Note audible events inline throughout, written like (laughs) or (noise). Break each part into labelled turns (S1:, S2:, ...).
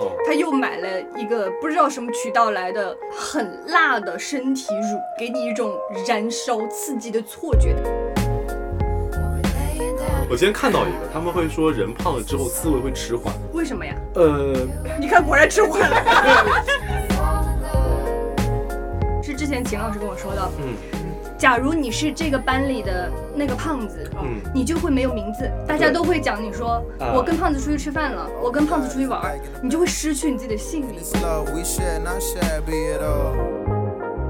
S1: 哦
S2: 他又买了一个不知道什么渠道来的很辣的身体乳，给你一种燃烧刺激的错觉。
S1: 我今天看到一个，他们会说人胖了之后思维会迟缓。
S2: 为什么呀？ (laughs)
S1: 呃，
S2: 你看，果然吃坏了。是之前秦老师跟我说的，
S1: 嗯，
S2: 假如你是这个班里的那个胖子，
S1: 嗯
S2: 你就会没有名字，大家都会讲你说
S1: 啊
S2: 我跟胖子出去吃饭了，我跟胖子出去玩儿，你就会失去你自己的姓名。
S3: love we share, not share, be it all.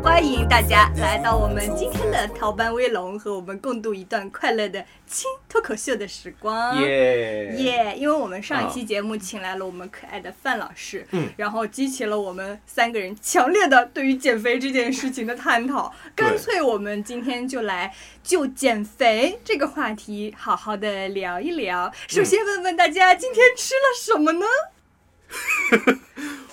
S2: 欢迎大家来到我们今天的逃班威龙，和我们共度一段快乐的轻脱口秀的时光。
S1: 耶
S2: 啊耶因为我们上一期节目请来了我们可爱的范老师，
S1: 嗯
S2: 然后激起了我们三个人强烈的对于减肥这件事情的探讨。
S1: 对
S2: 干脆我们今天就来就减肥这个话题好好的聊一聊。首
S1: 嗯
S2: 先问问大家今天吃了什么呢？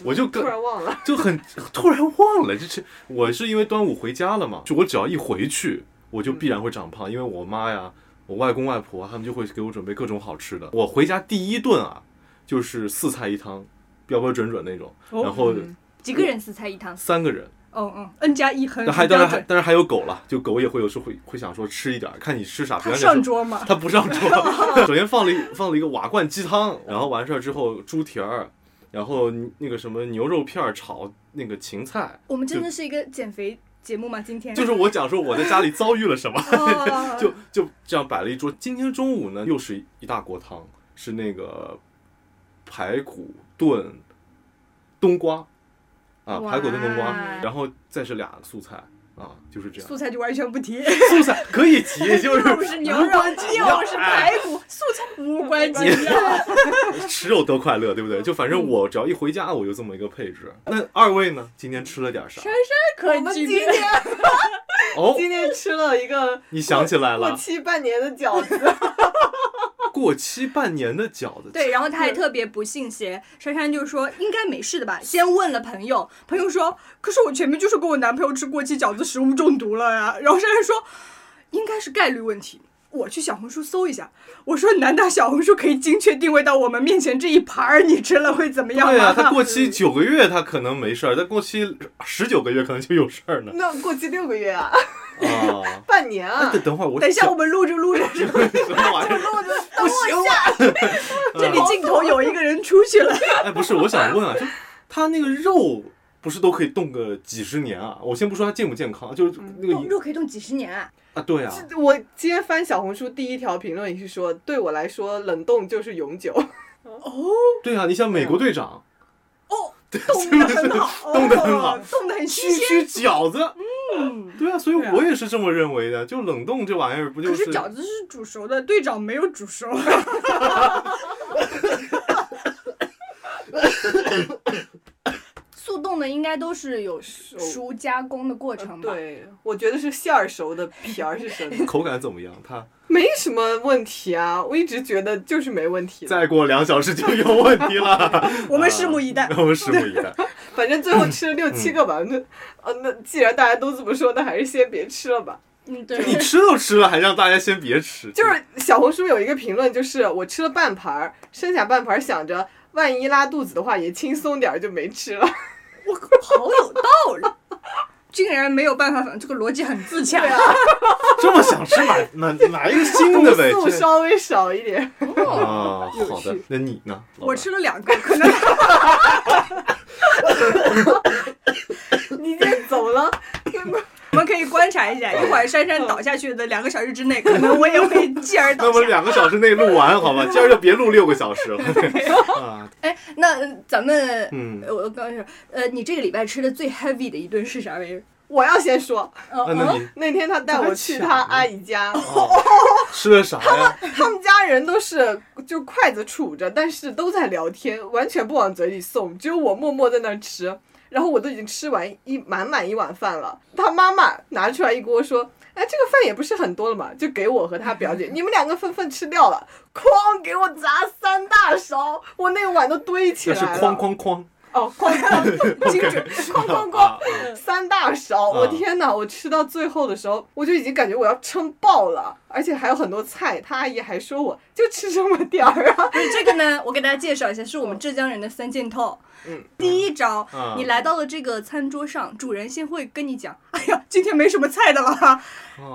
S1: 我就
S4: 突
S1: 跟
S4: 然忘了，
S1: 就很突然忘了，就是我是因为端午回家了嘛，就我只要一回去，我就必然会长胖，因为我妈呀、我外公外婆他们就会给我准备各种好吃的。我回家第一顿啊，就是四菜一汤，标标准准那种，
S2: 哦
S1: 然后
S2: 几个人四菜一汤？
S1: 三个人，
S2: 哦嗯，N 加一很
S1: 那还
S2: 很
S1: 当
S2: 标
S1: 然还
S2: 准。
S1: 当然还有狗了，就狗也会有时候会会想说吃一点儿，看你吃啥。
S2: 他
S1: 别人家
S2: 上
S1: 说
S2: 桌吗？
S1: 他不
S2: (laughs)
S1: 上桌，首先放了一放了一个瓦罐鸡汤，然后完事儿之后猪蹄儿，然后那个什么牛肉片儿炒那个芹菜，
S2: 我们真
S1: 就
S2: 的是一个减肥节目吗？今天
S1: 就是我讲说我在家里遭遇了什么，
S2: 哦
S1: 就就这样摆了一桌。今天中午呢，又是一大锅汤，是那个排骨炖冬瓜啊，
S2: 哇
S1: 排骨炖冬瓜，然后再是俩素菜啊，就是这样。
S2: 素菜就完全不提，
S1: 素菜可
S2: (laughs)
S1: 以提，就是
S2: 又是牛
S1: 无
S2: 肉，
S1: 关紧要
S2: 又是排骨，素菜无关紧
S1: 哎
S2: 要。
S1: 吃有多快乐，对不对？就反
S2: 嗯
S1: 正我只要一回家，我就这么一个配置。那二位呢？今天吃了点啥？
S2: 可
S4: 我们
S2: 今
S4: 今天
S1: 哦，
S4: 今天吃了一个
S1: 你想起来
S4: 过
S1: 了，
S4: 期半年的饺子， (laughs)
S1: 过期半年的饺子。
S2: 对，然后他还特别不信邪，珊珊就说应该没事的吧，先问了朋友，朋友说，可是我前面就是跟我男朋友吃过期饺子，食物中毒了呀。然后珊珊说，应该是概率问题。我去小红书搜一下，我说难道小红书可以精确定位到我们面前这一盘儿，你吃了会怎么样吗？
S1: 对呀、他过
S2: 嗯
S1: 期九个月，他可能没事儿；但过期十九个月，可能就有事儿呢。
S4: 那过期六个月啊， (laughs)
S1: 啊，
S4: 半年啊
S1: 那，等会儿我
S2: 嗯等一下，我们录着录着，
S1: (laughs) 什么
S2: (laughs)
S1: 玩意儿？ (laughs) 啊
S2: 不行了，这里镜头有一个人出去了。
S1: 嗯哎，不是，我想问啊，就他那个肉不是都可以冻个几十年啊？我先不说它健不健康，就是那个营
S2: 肉可以冻几十年啊！
S1: 啊，对啊，
S4: 我今天翻小红书第一条评论也是说，对我来说冷冻就是永久，
S1: 对啊，你像美国队长，
S2: 哦，冻得很好，
S1: 冻得很好
S2: 哦冻得很新
S1: 区
S2: 鲜。
S1: 区饺子，
S2: 嗯，
S1: 对啊，所以我也是这么认为的。就冷冻这玩意儿，不就
S2: 可是饺子是煮熟的，队长没有煮熟。 (laughs) 速冻的应该都是有熟加工的过程吧？
S4: 对，我觉得是馅儿熟的，皮儿
S2: (laughs)
S4: 是生的，
S1: 口感怎么样？它
S4: 没什么问题啊，我一直觉得就是没问题的，
S1: 再过两小时就有问
S2: (laughs)
S1: 题了，
S2: 我们拭目以待。
S1: 我们拭目以待。
S4: 反正最后吃了六
S1: 嗯
S4: 七个吧，那呃，那既然大家都这么说，那还是先别吃了吧。
S2: 嗯，对。
S1: 你吃都吃了，还让大家先别吃，
S4: 就是小红书有一个评论，就是我吃了半盘儿，剩下半盘儿想着万一拉肚子的话也轻松点儿，就没
S1: (laughs)
S4: 吃了。
S2: 我靠，好有道理， (laughs) 竟然没有办法，这个逻辑很自洽。 (laughs)
S1: 这么想吃买买买一个新
S4: 毒
S1: 的
S4: (laughs)
S1: 呗。
S4: 素
S1: 这
S4: 稍微少一点。 (laughs)
S2: 哦
S1: 啊，好的，那你呢？
S2: 我
S1: 老板
S2: 吃了两个，可能
S4: 你这怎么了？
S2: 我们可以观察
S1: (laughs)
S2: 一下，一会儿珊珊倒下去的两个小时之内，可能我也会继而
S1: 那
S2: 倒
S1: 么
S2: 下。
S1: 两个小时内录完好吧，今儿就别录六个小时了。啊，
S2: (laughs) 哎，那呃咱们，
S1: 嗯
S2: 呃我刚说，呃，你这个礼拜吃的最 heavy 的一顿是啥玩意儿？
S4: 我要先说，
S2: 哦
S1: 啊，那你哦
S4: 那天他带我去他阿姨家，
S1: 吃了啥
S2: (laughs)
S1: 呀？
S4: 他们家人都是就筷子杵着，但是都在聊天，完全不往嘴里送，只有我默默在那儿吃。然后我都已经吃完一满满一碗饭了，他妈妈拿出来一锅说：“哎，这个饭也不是很多了嘛，就给我和他表姐，你们两个分分吃掉了。”哐，给我砸三大勺，我那碗都堆起
S1: 这
S4: 来
S1: 是
S4: 了。
S1: 哐哐哐，(laughs)
S4: 哦，哐哐精准
S1: OK，
S4: 哐哐
S1: 啊
S4: 哐， (laughs) 三大勺！我天哪，我吃到最后的时候，我就已经感觉我要撑爆了，而且还有很多菜。他阿姨还说我就吃这么点儿
S2: (laughs)
S4: 啊，
S2: 这个呢，我给大家介绍一下，是我们浙江人的三件套。
S4: 嗯，
S2: 第一招，
S1: 嗯
S2: 你来到了这个餐桌上，主人先会跟你讲：“哎呀，今天没什么菜的了哈。”
S1: 啊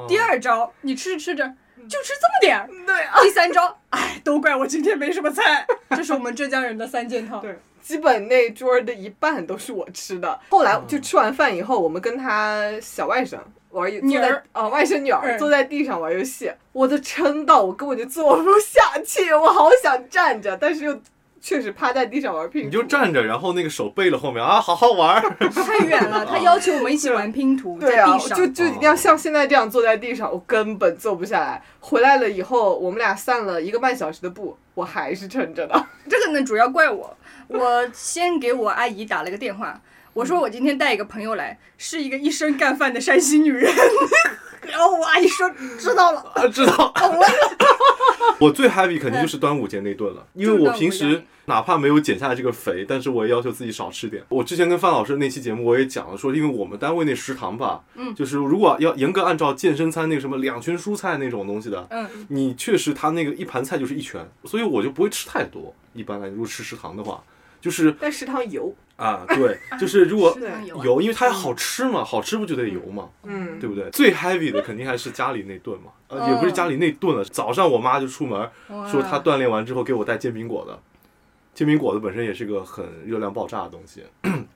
S2: 第二招，你吃着吃着就吃这么点
S1: (laughs)
S2: 儿。
S4: 对啊，
S2: 第三招，哎，都怪我今天没什么菜。这是我们浙江人的三件套。
S4: 对，基本那桌的一半都是我吃的。后来就吃完饭以后，我们跟他小外甥玩一
S2: 女
S4: 坐在
S2: 儿
S4: 啊、外甥女儿
S2: 嗯
S4: 坐在地上玩游戏，我都撑到我根本就坐不下去，我好想站着，但是又确实趴在地上玩拼
S1: 你
S4: 图
S1: 就。站着，然后那个手背了后面啊，好好玩儿。
S2: 太远
S4: (laughs)
S2: 了，他要求我们一起玩拼图，
S4: 对
S2: 在
S4: 啊，
S2: 地
S4: 我
S2: 上。
S4: 就就一定要像现在这样坐在地上，我根本坐不下来。回来了以后，我们俩散了一个半小时的步，我还是撑着的。
S2: 这个呢，主要怪我，我先给我阿姨打了个电话，我说我今天带一个朋友来，是一个一身干饭的山西女人。 (laughs) 然后我阿姨说知道了，
S1: 啊，知道。
S2: (laughs) 懂了。
S1: (laughs)
S2: 嗯
S1: 我最 happy 肯定就是端午节那顿了，因为我平
S2: 就是端午
S1: 时
S2: 节
S1: 哪怕没有减下来这个肥，但是我也要求自己少吃点。我之前跟范老师那期节目我也讲了，说因为我们单位那食堂吧，
S2: 嗯
S1: 就是如果要严格按照健身餐那个什么两拳蔬菜那种东西的，
S2: 嗯，
S1: 你确实他那个一盘菜就是一拳，所以我就不会吃太多。一般来，如果吃食堂的话，就是
S4: 但食堂油，
S1: 啊，对，就是
S2: (laughs)
S1: 如
S4: 哦
S1: 果
S2: 食堂有啊
S1: 油，因为它好吃嘛，好吃不就得油嘛。
S4: 嗯，
S1: 对不对？最 heavy 的肯定还是家里那顿嘛，呃，
S2: 嗯
S1: 也不是家里那顿了。早上我妈就出门
S2: 哇
S1: 说她锻炼完之后给我带煎饼果子，煎饼果子本身也是个很热量爆炸的东西，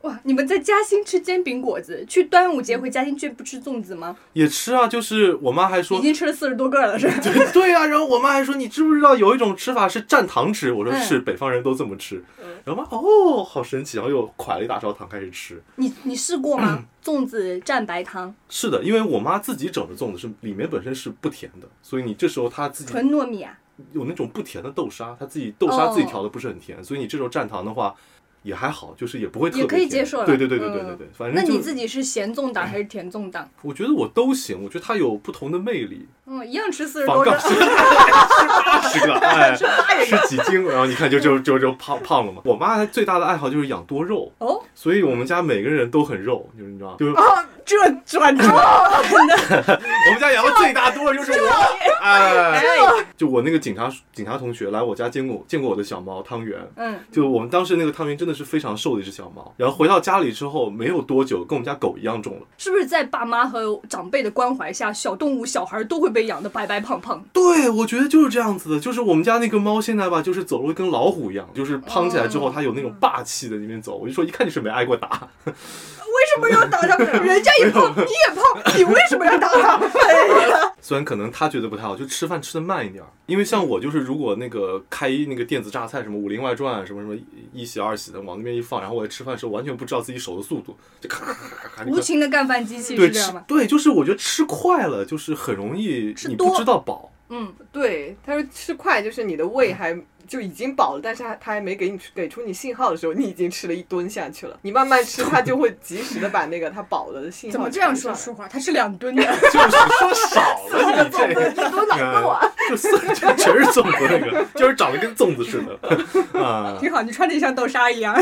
S2: 哇，你们在嘉兴吃煎饼果子，去端午节回嘉兴居然不吃粽子吗？
S1: 也吃啊。就是我妈还
S2: 已
S1: 说，
S2: 经吃了四十多个了，是吧？
S1: (laughs) 对对啊，然后我妈还说你知不知道有一种吃法是蘸糖吃？我说
S2: 嗯
S1: 是，北方人都这么吃。然后妈哦，好神奇，然后又㧟了一大勺糖开始吃。
S2: 你你试过
S1: 嗯
S2: 吗？粽子蘸白糖，
S1: 是的，因为我妈自己整的粽子是里面本身是不甜的，所以你这时候她自己
S2: 纯糯米啊？
S1: 有那种不甜的豆沙，它自己豆沙自己
S2: 哦
S1: 调的不是很甜，所以你这时候蘸糖的话也还好，就是也不会特别
S2: 也可以
S1: 甜
S2: 接受了
S1: 对对对对
S2: 嗯
S1: 对对对，反
S2: 那
S1: 正
S2: 你
S1: 就
S2: 自己是咸粽党还是甜粽党？
S1: 我觉得我都行，我觉得它有不同的魅
S2: (laughs)
S1: 力。
S2: 嗯，一样吃四十
S1: 仿
S2: 多
S1: 杠
S2: 个。
S1: 是八十个，哎， (laughs) 是几斤？然后你看就就就就胖胖了嘛。我妈最大的爱好就是养多肉，
S2: 哦，
S1: 所以我们家每个人都很肉，就是你知道，就是
S2: 这转折，
S1: (laughs) 我们家养的最大多的就是我，哎，就我那个警察警察同学来我家见过见过我的小猫汤圆，
S2: 嗯，
S1: 就我们当时那个汤圆真的是非常瘦的一只小猫，然后回到家里之后没有多久，跟我们家狗一样重了。
S2: 是不是在爸妈和长辈的关怀下，小动物、小孩都会被养得白白胖胖？
S1: 对，我觉得就是这样子的，就是我们家那个猫现在吧，就是走路跟老虎一样，就是胖起来之后，它有那种霸气的那边走。我就说，一看就是没挨过打。
S2: 为什么要打他？
S4: 哎
S2: 人家也胖，你也胖，你为什么要打他？哎呀，
S1: 虽然可能它觉得不太好，就吃饭吃的慢一点儿。因为像我就是，如果那个开那个电子榨菜，什么《武林外传》什么什么一喜二喜的，往那边一放，然后我在吃饭的时候完全不知道自己手的速度，就咔咔咔咔咔，就
S2: 无情的干饭机器
S1: 对
S2: 是这样
S1: 吃
S2: 吗？
S1: 对，就是我觉得吃快了就是很容易
S2: 吃
S1: 你
S2: 多
S1: 不知道饱。
S2: 嗯，
S4: (laughs) 对，他说吃快就是你的胃还就已经饱了，但是他他还没给你给出你信号的时候，你已经吃了一吨下去了。你慢慢吃，它就会及时的把那个它饱了的信号
S2: 怎么这样说啊
S4: 传
S2: 实话？他是两吨的，
S1: 就是说少了，你这个
S4: 上来？多难过啊！
S1: 就四就全是粽子那个，就是长得跟粽子似的
S2: (laughs)
S1: 啊！
S2: 挺好，你穿的像豆沙一样。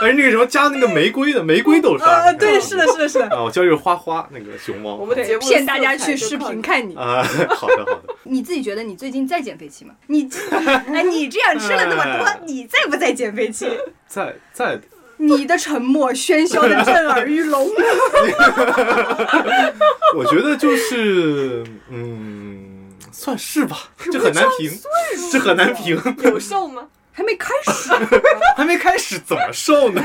S1: 而那个什么加那个玫瑰的玫瑰豆沙
S2: 啊，
S1: 你看
S2: 对，是的，是的，是
S1: (laughs)
S2: 的。
S1: 啊，我叫这个花花那个熊猫，
S4: 我们节目
S2: 骗大家去视
S4: 视
S2: 频看你，
S1: (laughs) 啊，好的好的，
S2: 你自己觉得你最近在减肥期吗？你，哎，你这样吃了那么
S1: 哎
S2: 多，你在不在减肥期？
S1: 在在
S2: 你的沉默喧嚣的震耳欲 (laughs) 聋。
S1: 我觉得就是嗯，算是吧，这很难评，这很难评，
S4: 有
S2: (laughs)
S4: 瘦吗？
S2: 还没开始， (laughs)
S1: 还没开始怎么瘦呢？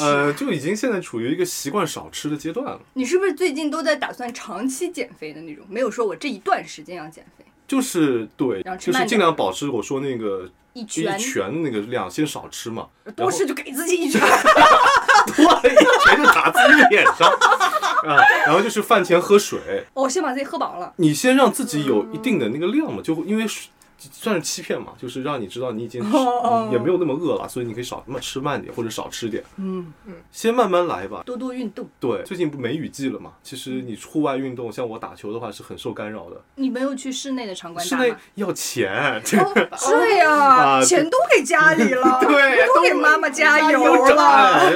S1: 呃，就已经现在处于一个习惯少吃的阶段了。
S2: 你是不是最近都在打算长期减肥的那种？没有说我这一段时间要减肥，
S1: 就是对
S2: 然后，吃
S1: 就
S2: 慢
S1: 是
S2: 点
S1: 尽量保持我说那个
S2: 一
S1: 就一
S2: 拳
S1: 拳那个量，先少吃嘛，
S2: 多吃就给自己一 (laughs) 拳。
S1: 多了一拳就打自己脸上啊。然后就是饭前喝水，
S2: 我、先把自己喝饱了。嗯
S1: 你先让自己有一定的那个量嘛，就会因为水算是欺骗嘛，就是让你知道你已经吃
S2: 哦哦
S1: 也没有那么饿了，所以你可以少慢吃慢点或者少吃点，
S2: 嗯，
S1: 先慢慢来吧。
S2: 多多运动。
S1: 对，最近不梅雨季了嘛，其实
S2: 嗯
S1: 你户外运动，像我打球的话是很受干扰的，
S2: 你没有去室内的场馆
S1: 室
S2: 打
S1: 内
S2: 吗？
S1: 要
S2: 哦
S1: 钱， (laughs)
S2: 对呀，
S1: 啊
S2: 钱都给家里了，
S1: (laughs) 对
S2: 都给妈妈加油
S1: 这
S2: 了。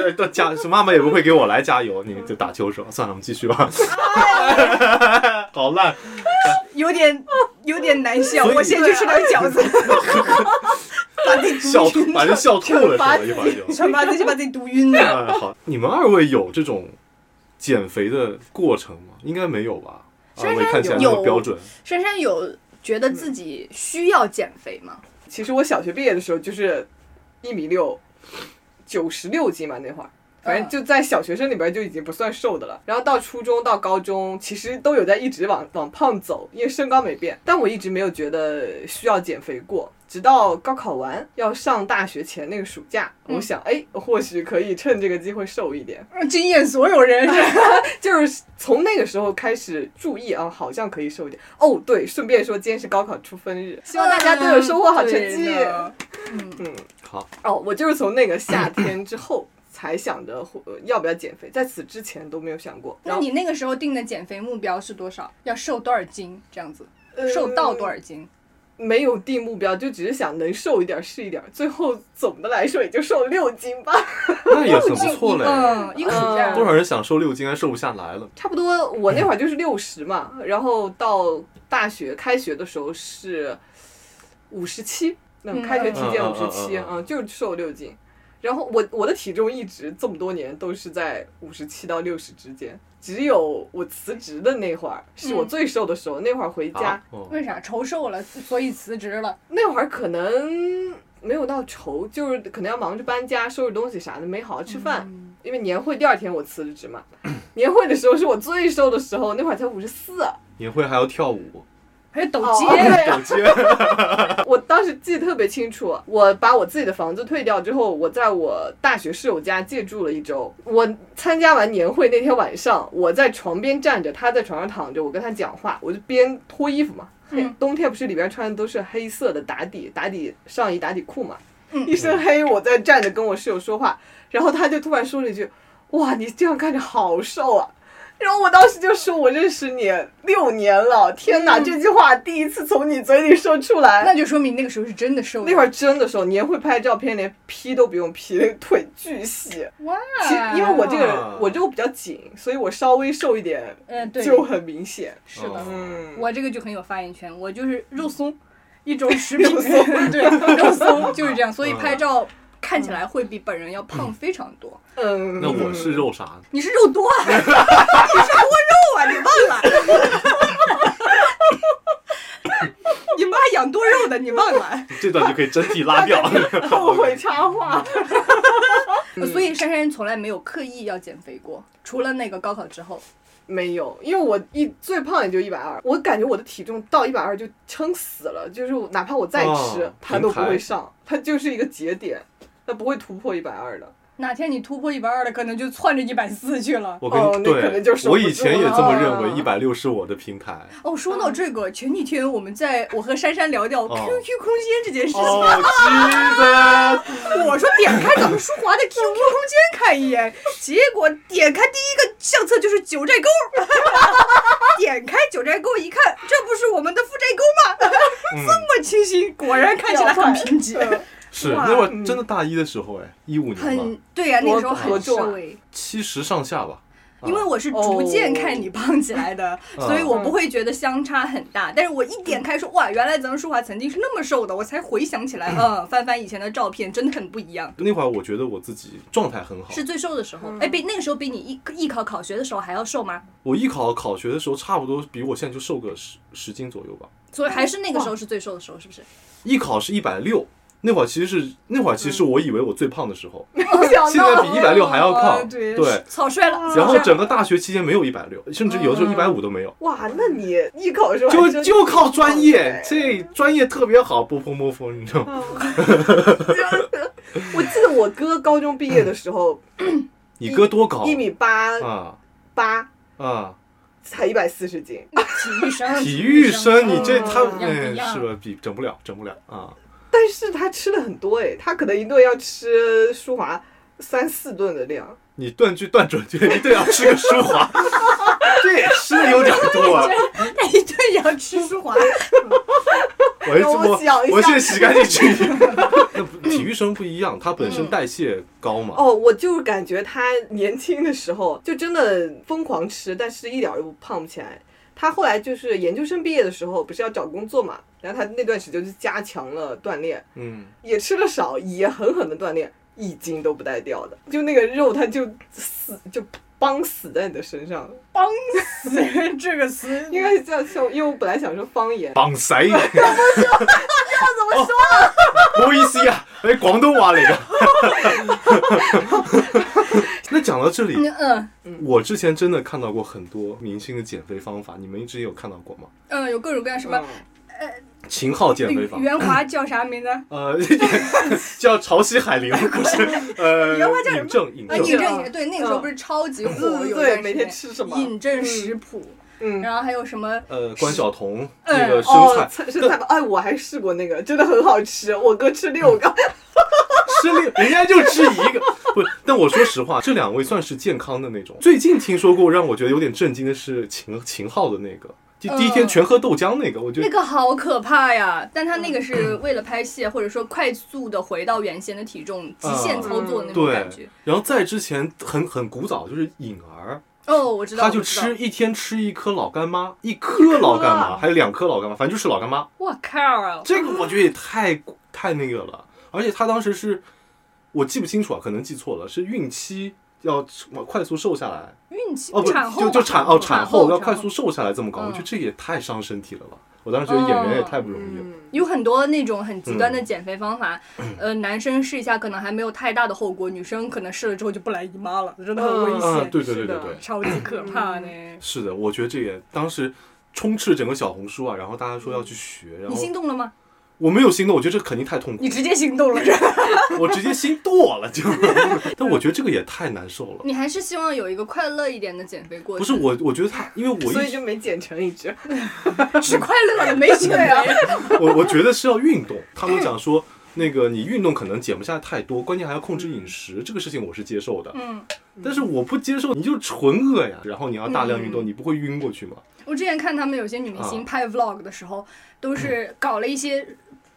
S1: 哎到加妈妈也不会给我来加油，你就打球说算了，我们继续吧。
S2: 哎
S1: (laughs) 好烂，
S2: 有点有点难笑，
S1: 所以
S2: 我先去吃点饺
S1: (laughs)
S2: 子， (laughs) 把自己
S1: 笑
S2: 毒
S1: 吐，
S2: 晕
S1: 反正
S2: 了，
S1: 笑
S2: (laughs)
S1: 吐了，
S4: 惩罚
S1: 是吧？一会儿就。
S2: 惩罚自己把自己毒晕了。
S1: (laughs) 哎，好，你们二位有这种减肥的过程吗？应该没有吧？
S5: 珊
S1: 二
S5: 珊
S1: 位看起来那么
S5: 有
S1: 标准，
S5: 珊珊有觉得自己需要减肥吗？
S4: 其实我小学毕业的时候就是一米六，九十六斤吧，那会儿。反
S2: 嗯
S4: 正就在小学生里边就已经不算瘦的了，然后到初中到高中，其实都有在一直往往胖走，因为身高没变，但我一直没有觉得需要减肥过，直到高考完要上大学前那个暑假，
S2: 嗯
S4: 我想，哎，或许可以趁这个机会瘦一点， (laughs)
S2: 惊艳嗯所有人， (laughs)
S4: 就是从那个时候开始注意啊，好像可以瘦一点。哦，对，顺便说，今天是高考出分日，希望大家都有收获好成绩。
S2: 嗯对的
S1: 好，
S4: 哦，我就是从那个夏天之后才想着呃要不要减肥，在此之前都没有想过。然
S2: 那
S4: 后
S2: 你那个时候定的减肥目标是多少？要瘦多少斤？这样子，
S4: 呃
S2: 瘦到多少斤？
S4: 没有定目标，就只是想能瘦一点是一点。最后总的来说也就瘦了六斤吧，
S1: 那也很不错
S2: (laughs)
S1: 嘞。
S2: 嗯，一个暑假
S4: 嗯
S1: 多少人想瘦六斤还瘦不下来了？
S4: 差不多。我那会儿就是六十嘛，然后到大学开学的时候是五十七，那
S2: 嗯
S4: 开学期间
S1: 嗯
S4: 五十
S1: 嗯
S4: 七，
S1: 嗯嗯
S4: 嗯，就瘦六斤。然后我我的体重一直这么多年都是在五十七到六十之间，只有我辞职的那会儿是我
S2: 嗯
S4: 最瘦的时候。那会儿回家
S1: 啊，哦
S2: 为啥愁瘦了，所以辞职了？
S4: 那会儿可能没有到愁，就是可能要忙着搬家、收拾东西啥的，没好好吃饭。
S2: 嗯
S4: 因为年会第二天我辞了职嘛， (coughs) 年会的时候是我最瘦的时候，那会儿才五十四。啊
S1: 年会还要跳舞，
S2: 还有抖
S4: 哦
S2: 肩，
S1: (laughs)
S4: 对
S1: 抖肩，
S4: (laughs) 我当时记得特别清楚，我把我自己的房子退掉之后，我在我大学室友家借住了一周。我参加完年会那天晚上，我在床边站着，他在床上躺着，我跟他讲话，我就边脱衣服嘛。黑
S2: 嗯
S4: 冬天不是里边穿的都是黑色的打底打底上衣打底裤嘛，
S2: 嗯
S4: 一身黑，我在站着跟我室友说话，然后他就突然说了一句：“哇，你这样看着好瘦啊！”然后我当时就说：“我认识你六年了，天哪，
S2: 嗯
S4: 这句话第一次从你嘴里说出来。”
S2: 那就说明那个时候是真的瘦了。
S4: 那会儿真的时候，年会拍照片连 P 都不用 P，腿巨细。
S2: 哇，
S4: 其实因为我这个
S1: 啊
S4: 人，我肉比较紧，所以我稍微瘦一点
S2: 嗯对，
S4: 就很明显。
S2: 是的，
S1: 嗯，
S4: 嗯，
S2: 我这个就很有发言权，我就是肉松，一种食品，
S4: 肉松
S2: (laughs) 对，肉 (laughs) 松就是这样，所以
S1: 嗯
S2: 拍照看起来会比本人要胖非常多。
S4: 嗯，
S1: 那我是肉啥？
S2: 你是肉 (laughs) 多啊，你是多肉啊，你忘了？ (laughs) 你妈养多肉的，你忘了？
S1: 这段就可以整体拉掉。
S4: 后悔插话。
S2: 呃所以珊珊从来没有刻意要减肥过，除了那个高考之后，
S4: 没有，因为我一最胖也就一百二，我感觉我的体重到一百二就撑死了，就是我哪怕我再吃
S1: 哦，
S4: 盘都不
S1: 平台
S4: 会上，它就是一个节点，它不会突破一百二的。
S2: 哪天你突破一百二了，可能就窜着一百四去了。
S1: (laughs) 我跟
S4: 哦
S1: 你
S4: 那可能就
S1: 对，
S4: 守
S1: 我
S4: 不
S1: 以
S4: 住
S1: 前也这么
S4: 了
S1: 认为，一百六是我的平台。
S2: 哦，说到这个，前几天我们在我和珊珊聊掉 QQ 空间这件事情，
S1: (laughs) 哦，Jesus！
S2: 我说点开咱们舒华的 QQ 空间看一眼，结果点开第一个相册就是九寨沟，点开九寨沟一看，这不是我们的负寨沟吗？
S1: 嗯
S2: 这么清新，果然看起来
S4: 哎
S2: 很贫
S4: 嗯
S2: 瘠，
S1: 是
S2: 哇
S1: 那会儿真的大一的时候，哎，一五年
S2: 很
S1: 吧，
S2: 对呀、那
S4: 多
S2: 时候
S4: 多
S2: 很
S4: 重啊
S2: 瘦哎。
S1: 七十上下吧。啊
S2: 因为我是逐渐看你胖起来
S1: (laughs)
S2: 的，
S1: 哦
S2: 所以我不会觉得相差很大。但是我一点开说，哇，原来咱们舒华曾经是那么瘦的，我才回想起来，
S1: (clears throat)
S2: 嗯，翻翻以前的照片，真的很不一样。
S1: 那会儿我觉得我自己状态很好，
S2: 是最瘦的时候，
S6: 嗯
S2: 哎、比那个时候比你艺艺考考学的时候还要瘦吗？
S1: 我艺考考学的时候，差不多比我现在就瘦个十十斤左右吧。
S2: 所以还是那个时候是最瘦的时候，是不是？
S1: 艺考是一百六，那会儿其实是那会儿其实我以为我最胖的时候，
S4: 没想
S1: 现在
S4: 到
S1: 比一百六还要胖。
S4: 对
S1: 对，
S2: 哦草率了，
S1: 然
S2: 草
S1: 后
S2: 率
S1: 整
S2: 了
S1: 个大学期间没有一百六，甚至有的时候一百五都没有。
S4: 哇，那你艺考的时候还
S1: 就
S4: 真
S1: 就靠专业
S4: 哎，
S1: 这专业特别好，波峰波峰，你知道
S4: 嗯
S1: 吗？
S4: 我记得我哥高中毕业的时候，
S1: 哦你哥多高？
S4: 一米八
S1: 啊
S4: 八，
S1: 啊！
S4: 才一百四十斤，
S6: 体育生，哦
S1: 体育生，你这
S4: 嗯
S1: 他
S6: 不一样不
S1: 哎
S6: 一样 (laughs)
S1: 是吧？比整不了，整不了啊！
S4: 但是他吃了很多哎，他可能一顿要吃舒华三四顿的量。
S1: 你断句断准确，一定要吃个舒
S4: (laughs)
S1: 华，这也吃的有点多。啊
S6: 他一顿也要吃啊舒
S1: (laughs)
S6: 华，
S1: 我一直
S4: 让 (laughs)
S1: 摸
S4: 我想一下
S1: 我现在洗干净去。那不体育生不一样，他本身代谢高嘛。
S4: 哦，我就是感觉他年轻的时候就真的疯狂吃，但是一点儿又胖不起来。他后来就是研究生毕业的时候，不是要找工作嘛，然后他那段时间就加强了锻炼，
S1: 嗯，
S4: 也吃了少，也狠狠的锻炼，一斤都不带掉的，就那个肉它就死就。帮死在你的身上，
S6: 帮死这个词，
S4: 应该是叫像，因为我本来想说方言，
S1: 绑
S4: (laughs)
S1: 谁？这样怎么 (laughs) 说？不好意思啊，哎，广东话
S4: (laughs)
S1: 嚟噶。那讲到这里，
S2: 嗯
S1: 我之前真的看到过很多明星的减肥方法，你们之前有看到过吗？
S2: 嗯，有各种各样什么
S4: 嗯
S1: 秦昊减
S2: 那
S1: 肥法
S2: 个，袁哎华叫啥名字？
S1: 呃， (laughs) 叫潮汐海陵，不是？呃，
S2: (laughs) 原话叫什么
S1: 尹正，尹
S2: 啊，
S1: 正
S2: 尹
S4: 你
S2: 正尹正对，那个时候不是超级
S1: 嗯
S2: 火，有
S4: 对
S2: 一段
S4: 对，
S2: 时
S4: 每
S2: 间
S4: 天吃什么？
S2: 尹正食谱，
S4: 嗯，
S2: 然后还有什么
S1: 呃，关晓彤
S2: 嗯
S1: 那个身
S4: 哦
S1: 材，，
S4: 菜生
S1: (laughs)
S4: 菜吧，哎，我还试过那个，真的很好吃，我哥吃六个，
S1: 吃六，人家就吃一个。不是，但我说实话，这两位算是健康的那种。最近听说过让我觉得有点震惊的是秦秦昊的那个，第第一天全喝豆浆那个，我觉
S2: 呃那
S1: 得
S2: 个好可怕呀！但他那
S1: 嗯
S2: 个是为了拍戏，或者说快速的回到原先的体重，极
S1: 嗯
S2: 限操作的那种感觉。
S1: 然后在之前很很古早，就是颖儿，
S2: 哦，我知道，
S1: 她就
S2: 我知道
S1: 吃。一天吃一颗老干妈，一颗老干
S4: 一颗
S1: 妈，还有两颗老干妈，反正就是老干妈。
S2: 我靠啊！
S1: 这个我觉得也太太那个了，而且她当时是我记不清楚啊，可能记错了，是孕期要快速瘦下来，
S2: 运气
S1: 哦不，
S2: 产后
S1: 就
S2: 吧
S1: 就产哦产
S2: 后
S1: 后要
S2: 产
S1: 快速瘦下来这么高，
S2: 嗯
S1: 我觉得这也太伤身体了吧！我当时觉得演员也太不容易了。
S2: 有很多那种很极端
S1: 嗯
S2: 的减肥方法，呃，男生试一下可能还没有太大的后果，女生可能试了之后就不来姨妈了，真的很危
S4: 嗯
S1: 啊，
S2: 险，
S1: 对对对
S4: 是
S1: 对
S4: 的
S1: 对，嗯
S2: 超级可怕呢。
S1: 是的，我觉得这也当时充斥整个小红书啊，然后大家说要去学，然
S2: 嗯你
S1: 后
S2: 心动了吗？
S1: 我没有心动，我觉得这肯定太痛苦
S2: 你，直接心动了，
S1: 我直接心剁了
S2: (laughs)
S1: 就。但我觉得这个也太难受了。
S2: 你还是希望有一个快乐一点的减肥过
S1: 不
S2: 程。
S1: 是我，我觉得他，因为
S4: (laughs)
S1: 我
S4: 所
S1: 一
S4: 以
S1: 直
S4: 就没剪成一只。
S2: 是快乐的，没啊减肥。
S1: (laughs) 我我觉得是要运动。他们讲说，那个你运动可能减不下太多，关键还要控制饮食，这个事情我是接受的。
S2: 嗯，
S1: 但是我不接受，你就纯饿呀，然后你要大量运动，你不会晕过去吗？
S2: 我之前看他们有些女明星
S1: 啊
S2: 拍 vlog 的时候，都是搞了一些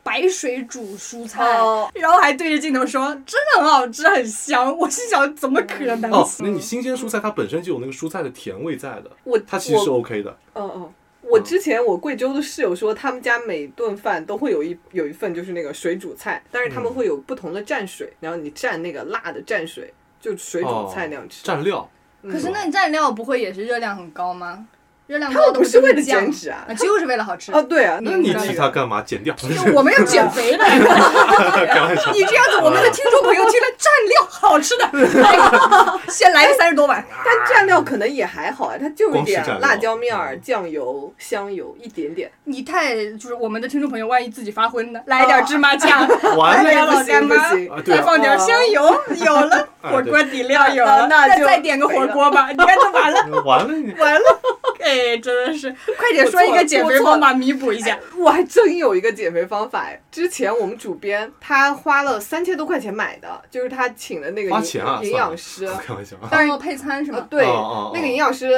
S2: 白水煮蔬菜，
S4: 哦
S2: 然后还对着镜头说真的很好吃，很香。我心想，怎么可
S4: 嗯
S2: 能？
S1: 哦，那你新鲜蔬菜它本身就有那个蔬菜的甜味在的，
S4: 我
S1: 它其实是
S4: 我
S1: OK 的。
S4: 哦哦，
S1: 嗯
S4: 我之前我贵州的室友说，他们家每顿饭都会有一有一份就是那个水煮菜，但是他
S1: 嗯
S4: 们会有不同的蘸水，然后你蘸那个辣的蘸水，就水煮菜那样吃。
S1: 哦蘸料，
S2: 可是那你蘸料不会也是热量很高吗？热量
S4: 他
S2: 高
S4: 们
S2: 的
S4: 不是为了
S2: 酱
S4: 减脂啊？
S2: 啊，就是为了好吃。
S4: 啊，对啊，
S1: 那你
S4: 知道
S1: 提它干嘛？减掉。
S4: (laughs)
S2: 我们要减肥了，你这样子，我们的听众朋友听了蘸料好吃的，先来个三十多碗。
S4: 但蘸料可能也还好啊，它就一
S1: 光
S4: 点
S1: 是蘸料嗯
S4: 辣椒面儿、酱油、香油一点点。
S2: 你太就是我们的听众朋友，万一自己发昏呢，来点芝麻酱，
S1: (laughs)
S2: (laughs)
S1: 完了
S4: 哎
S2: 来
S1: 呀
S4: (laughs)
S2: 点老干妈
S4: 不行不，
S1: 行
S2: 再放点香油，有了
S1: 啊
S2: 火锅底料有
S4: 那
S2: 了，
S4: 那
S2: 再
S4: 就
S2: 再点个火锅吧，你看都完
S4: (laughs)
S2: 了。
S1: 完了你，
S2: 完了，哎，真的是，快点说一个减肥方法弥补一下。
S4: 哎我还真有一个减肥方法哎！之前我们主编他花了三千多块钱买的，就是他请的那个
S1: 花
S4: 营
S1: 钱啊
S4: 营
S1: 算
S4: 养
S1: 了
S4: 师，
S1: 开玩笑啊。
S4: (laughs)
S2: 但是配餐是
S4: 啊
S2: 吗？
S4: 对，
S1: 哦哦哦
S4: 那个营养师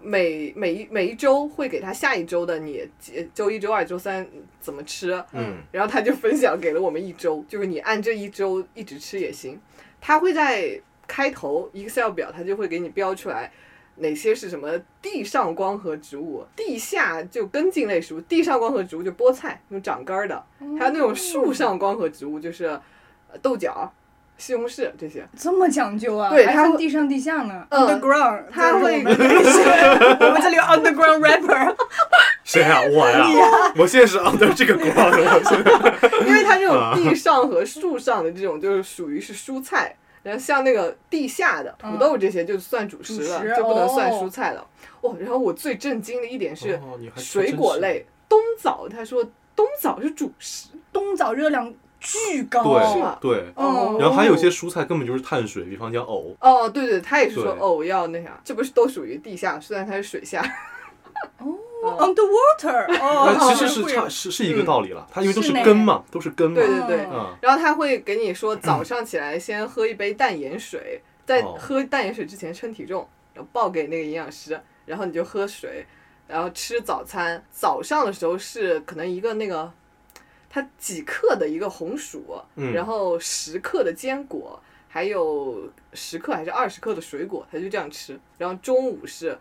S4: 每每一每一周会给他下一周的你几周一、周二、周三怎么吃，
S1: 嗯，
S4: 然后他就分享给了我们一周，就是你按这一周一直吃也行。他会在开头 Excel 表，他就会给你标出来哪些是什么地上光合植物，地下就根茎类食物，地上光合植物就菠菜那种长根儿的，
S2: 啊
S4: 还有那种树上光合植物就是呃豆角、西红柿这些。
S2: 这么讲究啊？
S4: 对
S2: 还
S4: 它
S2: 分
S4: 会
S2: 地上地下呢。
S4: 嗯
S2: Underground，
S4: 它
S2: 就是
S4: 会
S2: 我们
S1: (laughs)
S2: 我们这里有 Underground
S4: (laughs)
S2: rapper，
S1: 谁啊？我呀，我现在是 under 这个光
S4: (laughs)
S1: 的，我现在 (laughs)
S4: 因为它这种地上和树上的这种就是属于是蔬菜，然后像那个地下的土豆这些就算主食了，
S2: 嗯主食
S4: 就不能算
S2: 哦
S4: 蔬菜了。哦，然后我最震惊的一点是
S1: 哦你还真
S4: 水果
S1: 是
S4: 类，冬枣，他说冬枣是主食，
S2: 冬枣热量巨高。
S4: 是吗
S1: 对对，
S2: 哦
S1: 然后还有些蔬菜根本就是碳水，
S4: 哦
S1: 比方讲藕。
S4: 哦，对对，他也是说
S1: 对
S4: 哦要那啥，这不是都属于地下，虽然它是水下， (laughs) 哦
S7: On the water，
S1: 但
S7: 哦，
S1: 呃其实是差是是一
S4: 嗯
S1: 个道理了，它因为都是
S7: 是那
S1: 根嘛，都是根嘛
S4: 对，对对，
S2: 嗯
S1: 啊，
S4: 然后他会给
S1: (clears throat)
S4: 你说，早上起来先喝一杯淡盐水，在
S1: 哦
S4: 喝淡盐水之前称体重，然后报给那个营养师，然后你就喝水，然后吃早餐。早上的时候是可能一个那个，它几克的一个红薯，
S1: 嗯
S4: 然后十克的坚果，还有十克还是二十克的水果，他就这样吃。然后中午是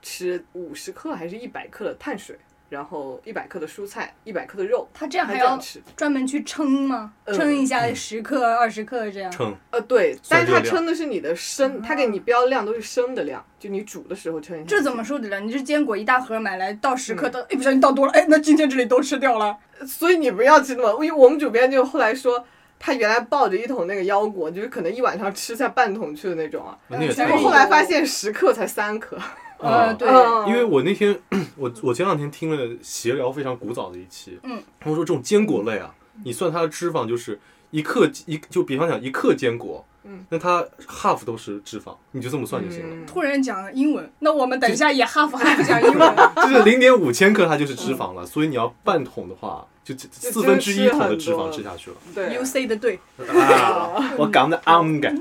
S4: 吃五十克还是一百克的碳水，然后一百克的蔬菜，一百克的肉，
S7: 他这样
S4: 他
S7: 还
S4: 这
S7: 要
S4: 样吃。
S7: 专门去称吗？
S4: 呃
S7: 称一下十克、二十克这样。
S1: 称
S4: 呃，对，但是
S1: 热
S4: 它
S1: 量
S4: 称的是你的生，它给你标的量都是生的量，就你煮的时候称一下。
S7: 哦这怎么受得了？你这坚果一大盒买来倒十克，
S1: 嗯
S7: 倒一不小心倒多了，哎，那今天这里都吃掉了。
S4: 呃所以你不要吃那么，因为我们主编就后来说，他原来抱着一桶那个腰果，就是可能一晚上吃下半桶去的那种啊。
S1: 那也
S7: 结
S4: 结
S1: 太
S4: 果
S7: 果
S4: 后来发现十克才三克，
S7: 呃，
S1: 嗯
S7: 对，
S4: 嗯
S1: 因为我那天我我前两天听了闲聊非常古早的一期，
S7: 嗯，
S1: 他们说这种坚果类啊，你算它的脂肪就是一克一，就比方讲一克坚果，
S4: 嗯，
S1: 那它 half 都是脂肪，你就这么算就行了。
S4: 嗯
S7: 突然讲英文，那我们等一下也哈佛哈佛讲
S1: (laughs)
S7: 英文。
S1: 就是零点五千克，它就是脂肪了，所以你要半桶的话，就就
S4: 就
S1: 四分之一桶的脂肪
S4: 真的是很多
S1: 吃下去了。
S4: 对
S7: You say 的对，
S1: 啊，我讲的暗感，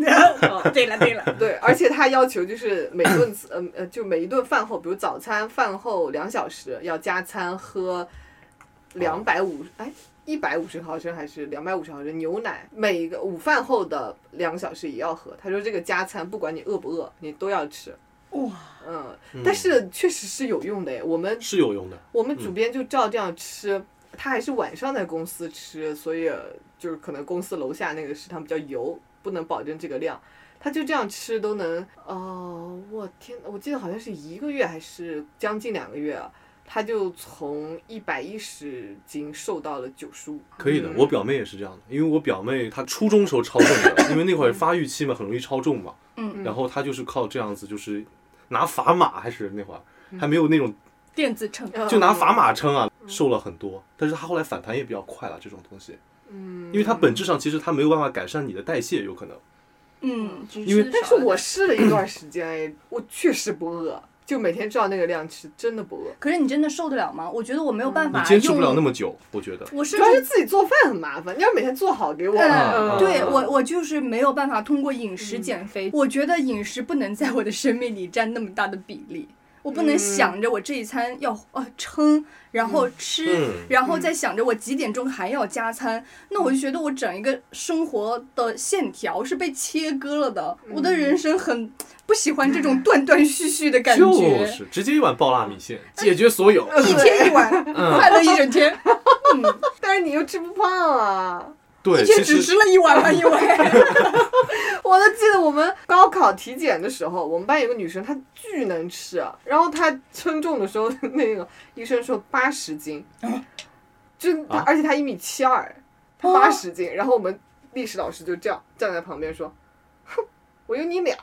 S1: 哦
S7: 对了对了，
S4: 对，而且他要求就是每顿呃呃，就每一顿饭后，比如早餐饭后两小时要加餐喝两百五哎一百五十毫升还是两百五十毫升牛奶，每一个午饭后的两个小时也要喝。他说这个加餐不管你饿不饿，你都要吃。
S8: 哇，
S4: 嗯，但是确实是有用的诶，我们
S1: 是有用的。
S4: 我们主编就照这样吃，他还是晚上在公司吃，所以就是可能公司楼下那个食堂比较油，不能保证这个量。他就这样吃都能，哦，我天，我记得好像是一个月还是将近两个月啊，他就从一百一十斤瘦到了九十五。
S1: 可以的，
S4: 嗯
S1: 我表妹也是这样的，因为我表妹她初中时候超重
S4: (laughs)
S1: 的，因为那会儿发育期嘛，很容易超重嘛。
S7: 嗯
S1: 然后她就是靠这样子，就是拿砝码还是那会儿还没有那种，
S7: 电子秤。
S1: 就拿砝
S4: 法，
S1: 码称啊，
S4: 嗯
S1: 瘦了很多。但是她后来反弹也比较快了，这种东西，
S4: 嗯，
S1: 因为它本质上其实它没有办法改善你的代谢，有可能。
S7: 嗯，
S1: 因为
S4: 但是我试了一段时间，哎，我确实不饿，就每天照那个量吃，真的不饿。
S2: 可是你真的受得了吗？我觉得我没有办
S1: 嗯你
S2: 法
S1: 坚持不了
S2: 用。
S1: 那么久，我觉得。
S2: 我甚
S4: 主要
S2: 至
S4: 是自己做饭很麻烦，你要每天做好给我。
S1: 嗯
S4: 嗯
S2: 对
S1: 嗯
S2: 我，我就是没有办法通过饮食减肥。我觉得饮食不能在我的生命里占那么大的比例，我不能
S4: 嗯
S2: 想着我这一餐要呃撑，然后吃，
S1: 嗯
S2: 然后再想着我几点钟还要加餐。那我就觉得我整一个生活的线条是被切割了的，
S1: 嗯
S2: 我的人生很不喜欢这种断断续续的感觉。
S1: 就是直接一碗爆辣米线，解决所有。
S7: 一天一碗，
S1: 嗯
S7: 快乐一整天，
S4: 但是你又吃不胖啊！
S1: 对，
S7: 一天
S1: 其
S7: 只
S1: 实
S7: 吃了一碗吗？因
S1: (laughs)
S7: 为
S4: 我都记得我们高考体检的时候，我们班有个女生，她巨能吃，然后她称重的时候， (laughs) 那个医生说八十斤，就她，
S1: 啊
S4: 而且她一米七二，她八十斤，然后我们历史老师就这样站在旁边说：“ (laughs) 哼，我有你俩。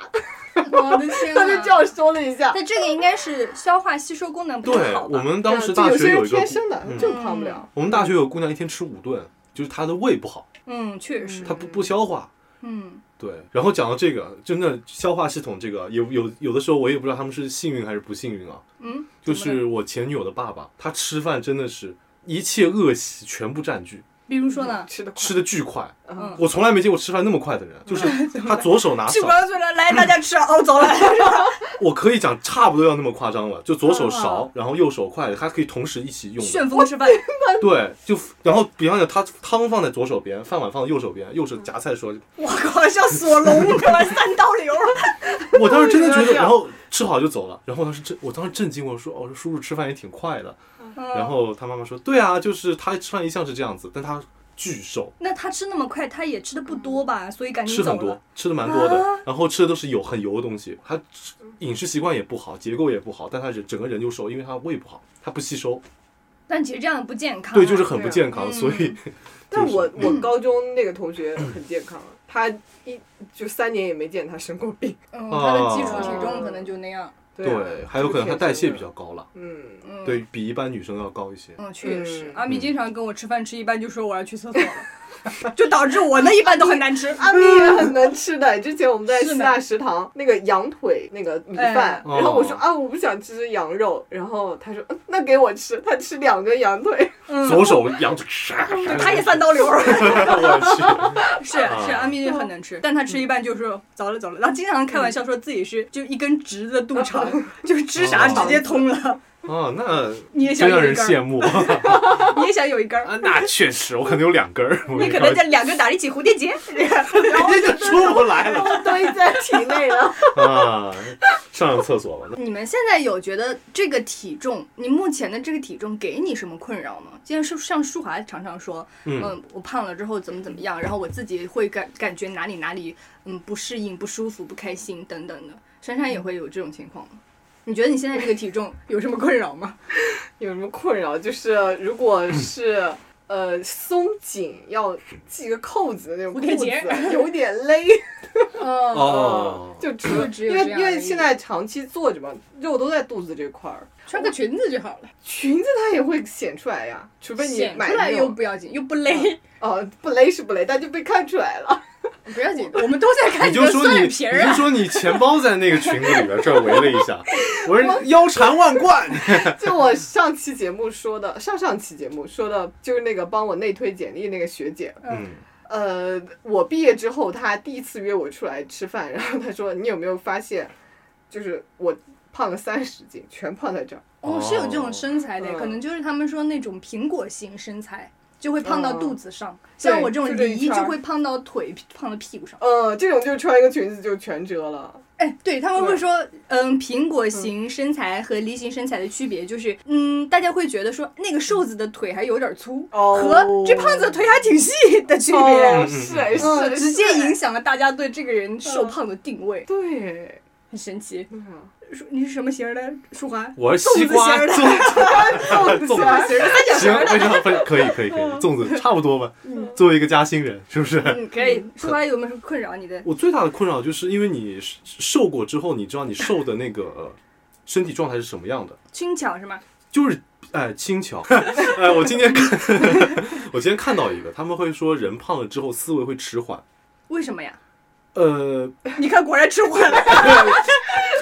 S7: 我的”
S2: (laughs)
S7: 天
S4: 她就这
S7: 呐！
S4: 样说了一
S7: (laughs)
S4: 下。
S7: 但这个应该是消化吸收功能不太
S1: 对
S7: 好
S1: 我
S7: 吧？
S1: 们当时
S4: 这样
S1: 大
S4: 就有些
S1: 学有
S4: 人
S1: 一个
S4: 天，生的
S1: 嗯
S4: 就胖不了，
S1: 我们大学有个姑娘一天吃五顿，就是她的胃不好，
S7: 嗯，确实，
S1: 她不不消化。
S7: 嗯，
S1: 对，然后讲到这个，真的消化系统这个，有有有的时候我也不知道他们是幸运还是不幸运啊。
S7: 嗯，
S1: 就是我前女友的爸爸，他吃饭真的是一切恶习全部占据，
S7: 比如说呢，
S4: 吃的快
S1: 吃。的巨快。
S4: 嗯
S1: 我从来没见过吃饭那么快的人，就是他左手拿
S7: 去
S1: 勺，
S7: 光说了，来大家吃熬走了。
S1: 嗯我可以讲差不多要那么夸张了，就左手勺，然后右手筷子，它可以同时一起用
S7: (laughs)
S1: 的。
S7: 旋风吃饭， (laughs)
S1: 对，就然后比方讲，他汤放在左手边，饭碗放在右手边，右手夹菜的时候，
S7: 我靠，像索隆这玩意儿三刀流。
S1: (laughs) 我当时真的觉
S4: 这
S1: 得，
S4: 样
S1: 然后吃好就走了。然后当时震，我当时震惊，我说：“哦，这叔叔吃饭也挺快的。”
S7: 嗯
S2: 嗯
S1: 然后他妈妈说：“对啊，就是他吃饭一向是这样子，但他巨瘦，
S7: 那他吃那么快，他也吃的不多吧？所以
S2: 哎
S7: 赶紧
S1: 吃
S7: 走
S1: 很
S7: 了。
S1: 多，吃的蛮多的，然后吃的都是有很油的东西。他吃饮食习惯也不好，结构也不好，但他人整个人又瘦，因为他胃不好，他不吸收，
S7: 但其实这样不健康啊。
S1: 对，就是很不
S4: 对啊
S1: 健康。所以， (laughs)
S4: 但
S1: 就是
S4: 我我高中那个同学很健康，他一就三年也没见他生过病。
S7: 嗯，他的基础体
S1: 哦
S7: 重可能就那样。
S4: 啊
S1: 对，还有可能他代谢比较。高了，
S4: 嗯，
S7: 嗯，
S1: 对比一般女生要高一些。
S7: 嗯，确实
S4: 嗯，
S7: 阿米经常跟我吃饭吃一半就说我要去厕所了。 (laughs) 就导致我那一般都很难吃。啊
S4: 阿咪也很能吃的。之前我们在希腊食堂那个羊腿那个米
S1: 哎
S4: 饭，然后我说
S1: 哦
S4: 啊我不想吃羊肉，然后他说嗯那给我吃，他吃两根
S1: (laughs)
S4: 羊腿，
S1: 左手扬着， (laughs) 唰
S7: 对，他也三刀流，
S1: 我去，
S7: 是是，阿咪就很能
S2: 嗯
S7: 吃，但他吃一半就是走了走了，然后经常开玩笑说自己是就一根直的肚肠， (laughs) 就是吃啥直接通了。
S1: 嗯哦，那
S7: 你也想
S1: 真让
S7: 有
S1: 人
S7: 一根儿，
S1: 羡慕啊！
S7: 你也想有一根儿，
S1: 呃那确实，我可能有两根儿，我
S7: 你可能在两个打一起蝴蝶结，
S1: 这就出不来
S4: (laughs)
S1: 了
S4: 堆在体内了。
S1: 啊！上上厕所吧，
S2: 你们现在有觉得这个体重，你目前的这个体重给你什么困扰吗？今天是像舒华常常说，
S1: 嗯
S2: 嗯，我胖了之后怎么怎么样，然后我自己会感感觉哪里哪里，嗯，不适应、不舒服、不开心等等的。珊珊也会有这种情况吗？你觉得你现在这个体重有什么困扰吗？
S4: (laughs) 有什么困扰？就是如果是呃松紧要系个扣子的那种
S8: 蝴
S4: 裤
S8: 蝶结
S4: 子，有点 (laughs) 勒。
S2: 哦，
S1: 哦，
S4: 就除
S2: (clears throat)
S4: 了
S2: 就只有
S4: 因为
S2: 这样
S4: 因
S2: 而
S4: 为
S2: 已
S4: 现在长期坐着嘛，肉都在肚子这块儿，
S8: 穿个裙子就好了，
S4: 裙子它也会显出来呀，除非你
S2: 显
S4: 买
S2: 出来
S4: 那
S2: 又
S4: 种
S2: 不要紧，又不勒，
S4: 哦不勒是不勒，但就被看出来
S1: (laughs)
S4: 了。
S2: (laughs) 不要紧。
S8: 我们都在看
S1: 你
S8: 的
S1: 就说
S8: 酸
S1: 你，
S8: 奶
S1: 你
S8: 皮儿啊
S1: 就。说你钱包在那个裙子里边，这儿围了一下，我说腰缠万贯，
S4: 就我上期节目说的，上上期节目说的就是那个帮我内推简历那个学姐，
S1: 嗯，
S4: 呃，我毕业之后，她第一次约我出来吃饭，然后她说：“你有没有发现，就是我胖了三十斤，全胖在这儿。
S2: 哦，是有这种身材的，
S4: 哦
S2: 可能就是他们说那种苹果型身材。就会胖到肚子上，
S4: 对
S2: 像我这种
S4: 就这一
S2: 梨
S4: 圈
S2: 就
S4: 儿
S2: 会胖到腿，胖到屁股上”。
S4: 呃，这种就是穿一个裙子就全折了。
S2: 哎，对他们会
S4: 对
S2: 说，嗯，苹果型身材和梨形身材的区别就是，嗯，大家会觉得说那个瘦子的腿还有点粗，
S4: 哦
S2: 和这胖子的腿还挺细的区别，
S4: 哦，是
S1: (laughs)
S2: 嗯，
S4: 是，
S2: 直接
S4: 是
S2: 影响了大家对这个人瘦胖的定位，
S1: (laughs)
S4: 对，
S2: 很神奇。
S4: 嗯
S7: 你是什么型儿的？舒
S1: (laughs)
S7: 华，
S1: 我是西瓜
S7: 粽子
S1: 粽
S7: 馅
S1: 子，粽子
S2: (laughs)
S1: 行，非常非常可以可以可以，粽子差不多吧。作为一个嘉兴人，是不是？
S2: 嗯，可以。说来有没有什么困扰你的？
S1: (laughs) 我最大的困扰就是因为你瘦过之后，你知道你瘦的那个呃身体状态是什么样的，
S2: 轻巧是吗？
S1: 就是哎轻巧。 (laughs) 哎，我今天看， (laughs) 我今天看到一个，他们会说人胖了之后思维会迟缓。
S2: 为什么呀？
S1: 呃，
S7: 你看果然吃坏了。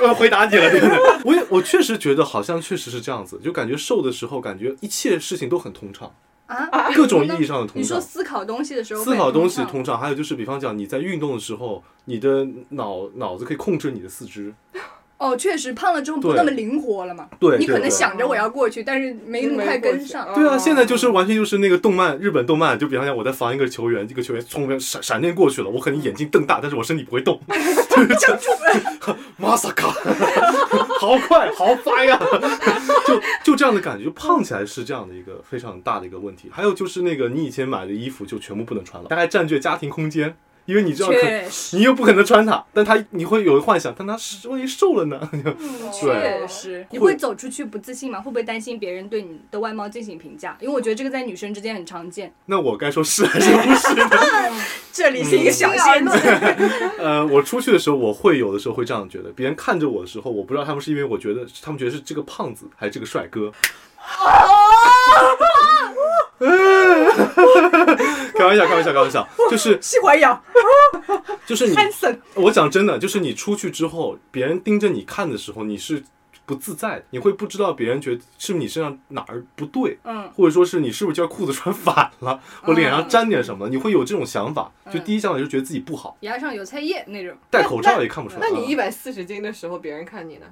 S1: 我回答你了，对不 (laughs) 对？我也我确实觉得好像确实是这样子，就感觉瘦的时候，感觉一切事情都很
S2: (laughs)
S1: 通畅，
S2: 啊，
S1: 各种意义上的
S2: 你
S1: 通
S2: 说
S1: 畅。
S2: 思考东西的时候会
S1: 思
S2: 很畅，
S1: 考东西通畅，还有就是，比方讲你在运动的时候，你的脑脑子可以控制你的四肢，
S2: 哦，确实胖了之后不
S1: 对
S2: 那么灵活了嘛。
S1: 对
S2: 你可
S1: 对
S2: 能
S1: 对
S2: 想着我要过去，但是没那么快跟
S4: 嗯
S2: 上。
S1: 对
S7: 哦
S1: 啊，现在就是完全就是那个动漫，日本动漫，就比方讲我在防一个球员，这个球员从边闪闪电过去了，我可能眼睛瞪大，但是我身体不会
S7: (laughs)
S1: 动， (laughs) 就是这样。 (laughs) 马萨卡，好快，好快呀、 (laughs) 就就这样的感觉，就胖起来是这样的一个非常大的一个问题。还有就是那个你以前买的衣服就全部不能穿了，它还占据家庭空间，因为你知道可
S7: 确实，
S1: 你又不可能穿它，但它你会有幻想，但它是万一瘦了呢？ (laughs)
S4: 嗯
S1: 对，
S2: 确实，你会走出去不自信吗？会不会担心别人对你的外貌进行评价？因为我觉得这个在女生之间很常见。
S1: 那我该说是还是不是呢？
S7: 这里是一个小
S2: 嗯
S7: 仙子，
S1: 呃，我出去的时候，我会有的时候会这样觉得，别人看着我的时候，我不知道他们是因为我觉得他们觉得是这个胖子还是这个帅哥。 (laughs) 开玩笑，开玩笑，开玩笑，就是
S7: 西瓜痒，
S1: 就是你，
S7: 汉森，
S1: 我讲真的，就是你出去之后，别人盯着你看的时候，你是不自在的，你会不知道别人觉得是不是你身上哪儿不对，
S2: 嗯，
S1: 或者说是你是不是今儿裤子穿反了，我脸
S4: 嗯
S1: 上沾点什么，你会有这种想法，就第一想法就觉得自己不好，
S2: (laughs) 牙上有菜叶那种，
S1: 戴口罩也看
S2: 嗯
S1: 不出来。
S4: 那你
S1: 啊
S4: 一百四十斤的时候，别人看你呢？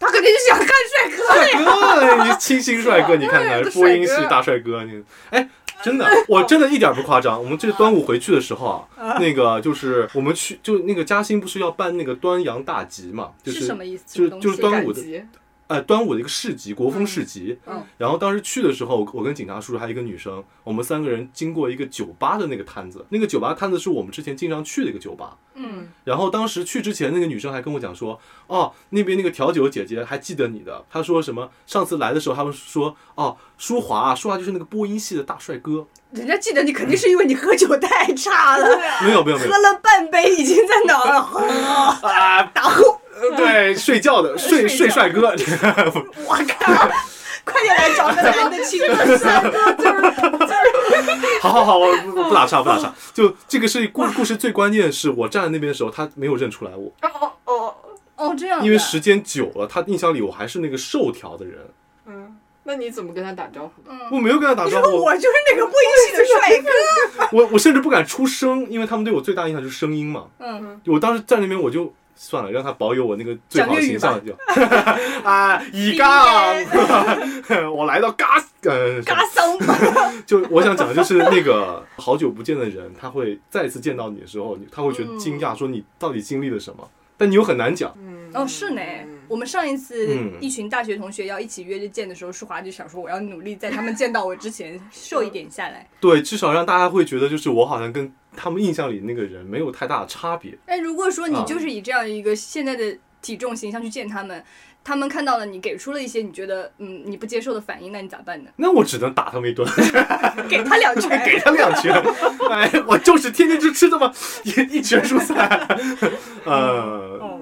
S2: 他肯定是想看帅哥。
S1: 帅哥，你清新帅哥，你看看
S2: 对
S1: 播音系
S2: 帅哥
S1: 大帅哥，你哎，真的，我真的一点不夸张。我们这端午回去的时候啊，那个就是我们去，就那个嘉兴不是要办那个端阳大集嘛，就是
S2: 什么意思？
S1: 就
S2: 什么东
S1: 就
S2: 西
S1: 是端午
S4: 赶
S1: 的
S4: 集
S1: 呃，端午的一个市集，国风市集。
S4: 嗯嗯
S1: 然后当时去的时候，我跟警察叔叔还有一个女生，我们三个人经过一个酒吧的那个摊子，那个酒吧摊子是我们之前经常去的一个酒吧。
S2: 嗯，
S1: 然后当时去之前，那个女生还跟我讲说，哦，那边那个调酒姐姐还记得你的，她说什么？上次来的时候，他们说，哦，舒华啊，舒华就是那个播音系的大帅哥。
S7: 人家记得你肯定是因为你喝酒太差
S4: 啊
S7: 了，
S1: 没有没有没有
S7: 喝，了半杯已经在脑了，
S1: 啊，打呼，对，睡觉的睡睡帅哥， (laughs)
S7: 我靠！快点来找个男的亲，
S8: 这个帅哥就是就是
S1: 好好好，我不不打岔不打岔。就这个是故故事最关键的是，我站在那边的时候，他没有认出来我，
S4: 哦哦，
S2: (laughs) 哦，这样的。
S1: 因为时间久了，他印象里我还是那个瘦条的人，
S4: 嗯，那你怎么跟他打招呼的？
S1: 我没有跟他打招呼，
S8: 我就是那个不一世的帅哥，
S1: 我我甚至不敢出声，因为他们对我最大印象就是声音嘛。
S2: 嗯，
S1: 我当时站那边我就算了，让他保有我那个最好的形象就。 (laughs) 啊，以嘎， (laughs) 我来到嘎，呃，
S2: 嘎桑，
S1: 就我想讲的就是那个好久不见的人，他会再次见到你的时候，你他会觉得
S2: 嗯
S1: 惊讶，说你到底经历了什么？但你又很难讲。
S4: 嗯
S2: 哦，是呢。我们上一次
S1: 嗯
S2: 一群大学同学要一起约着见的时候，舒华就想说我要努力在他们见到我之前瘦一点下来。
S1: 对，至少让大家会觉得就是我好像跟他们印象里那个人没有太大的差别。
S2: 但哎如果说
S1: 啊
S2: 你就是以这样一个现在的体重形象去见他们，他们看到了你给出了一些你觉得嗯你不接受的反应，那你咋办呢？
S1: 那我只能打他们一顿，
S2: 给他两拳。 (laughs)
S1: 给他两拳。哎，我就是天天就吃这么 (laughs) 一一拳蔬菜。 (laughs) 呃，
S8: 哦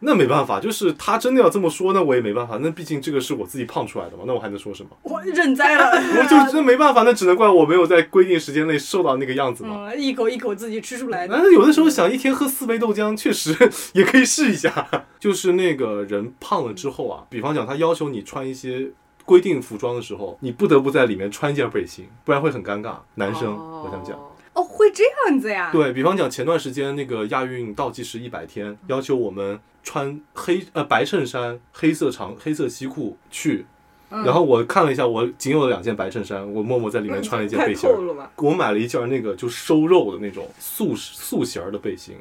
S1: 那没办法，就是他真的要这么说，那我也没办法。那毕竟这个是我自己胖出来的嘛，那我还能说什么？
S8: 我认栽了，
S1: (laughs)
S2: 啊
S1: 我就真没办法，那只能怪我没有在规定时间内瘦到那个样子嘛。
S8: 嗯，一口一口自己吃出来的。
S1: 但是有的时候想一天喝四杯豆浆，确实 (laughs) 也可以试一下。就是那个人胖了之后啊，比方讲他要求你穿一些规定服装的时候，你不得不在里面穿一件背心，不然会很尴尬。男生，我想讲，，
S2: 哦，会这样子呀？
S1: 对比方讲前段时间那个亚运倒计时一百天，要求我们穿黑呃白衬衫、黑色长黑色西裤去。然后我看了一下我仅有的两件白衬衫，我默默在里面穿了一件
S4: 嗯太
S1: 背心儿。
S4: 透了吧？
S1: 我买了一件那个就收肉的那种素素型儿的背心，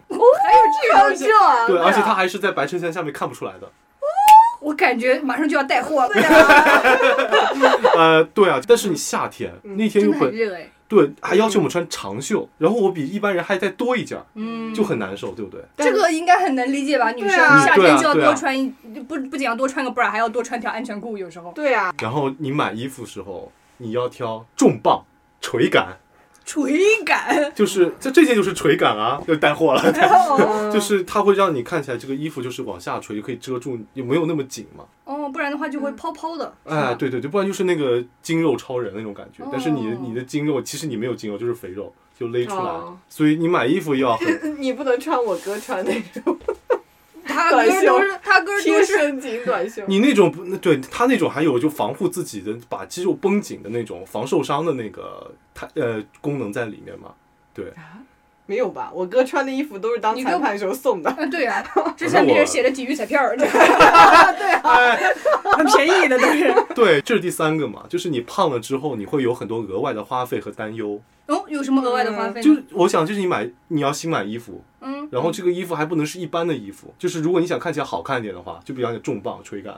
S4: 还有这啊？
S1: 对，而且它还是在白衬衫下面看不出来的。
S2: 我感觉马上就要带货了，
S1: 啊呃，对啊，但是你夏天那
S2: 真
S1: 天又
S2: 的很
S1: 很
S2: 热哎。
S1: 对，还要求我们穿长袖，然后我比一般人还再多一件儿，
S2: 嗯，
S1: 就很难受，对不对？
S4: 啊
S2: 这个应该很能理解吧？女生
S4: 对啊
S2: 夏天就要
S1: 对啊对啊
S2: 多穿一，不不仅要多穿个 bra，还要多穿条安全裤，有时
S1: (laughs)
S2: 候。
S4: 对啊，
S1: 然后你买衣服时候，你要挑重磅、垂感，
S8: 垂
S2: (laughs)
S8: 感，
S1: 就是这这件就是垂感啊，又带货了，
S2: 哦
S4: 嗯
S1: 就是它会让你看起来这个衣服就是往下垂，可以遮住，也没有那么紧嘛。
S2: 哦，不然的话就会泡泡的。是吧
S1: 哎，，对对对，不然就是那个筋肉超人那种感觉。但是你的
S2: 哦
S1: 你的筋肉，其实你没有筋肉，就是肥肉，就勒出来。
S4: 哦
S1: 所以你买衣服要很
S2: (laughs)
S4: 你不能穿我哥穿那种
S2: (laughs) 他歌儿都是他歌儿
S4: 贴
S2: 都是
S4: 身紧短袖，
S1: 你那种不，那对他那种还有就防护自己的，把肌肉绷紧的那种防受伤的那个它呃功能在里面嘛。对，
S4: 没有吧？我哥穿的衣服都是当
S2: 你哥
S4: 裁判时候送的。
S2: 嗯，对
S4: (laughs)
S2: 呀、
S1: 之
S2: 之前别人写的体育彩票儿，这
S1: (laughs)
S2: 个
S1: 哎，
S8: 很便宜的都是。
S2: (laughs)
S1: 对，这是第三个嘛，就是你胖了之后，你会有很多额外的花费和担忧。
S2: 哦，有什么额外的花费
S1: 嗯就
S2: 呢？
S1: 是我想，就是你买你要新买衣服，
S2: 嗯，
S1: 然后这个衣服还不能是一般的衣服，就是如果你想看起来好看一点的话，就比方讲重磅
S2: (laughs)
S1: 垂感，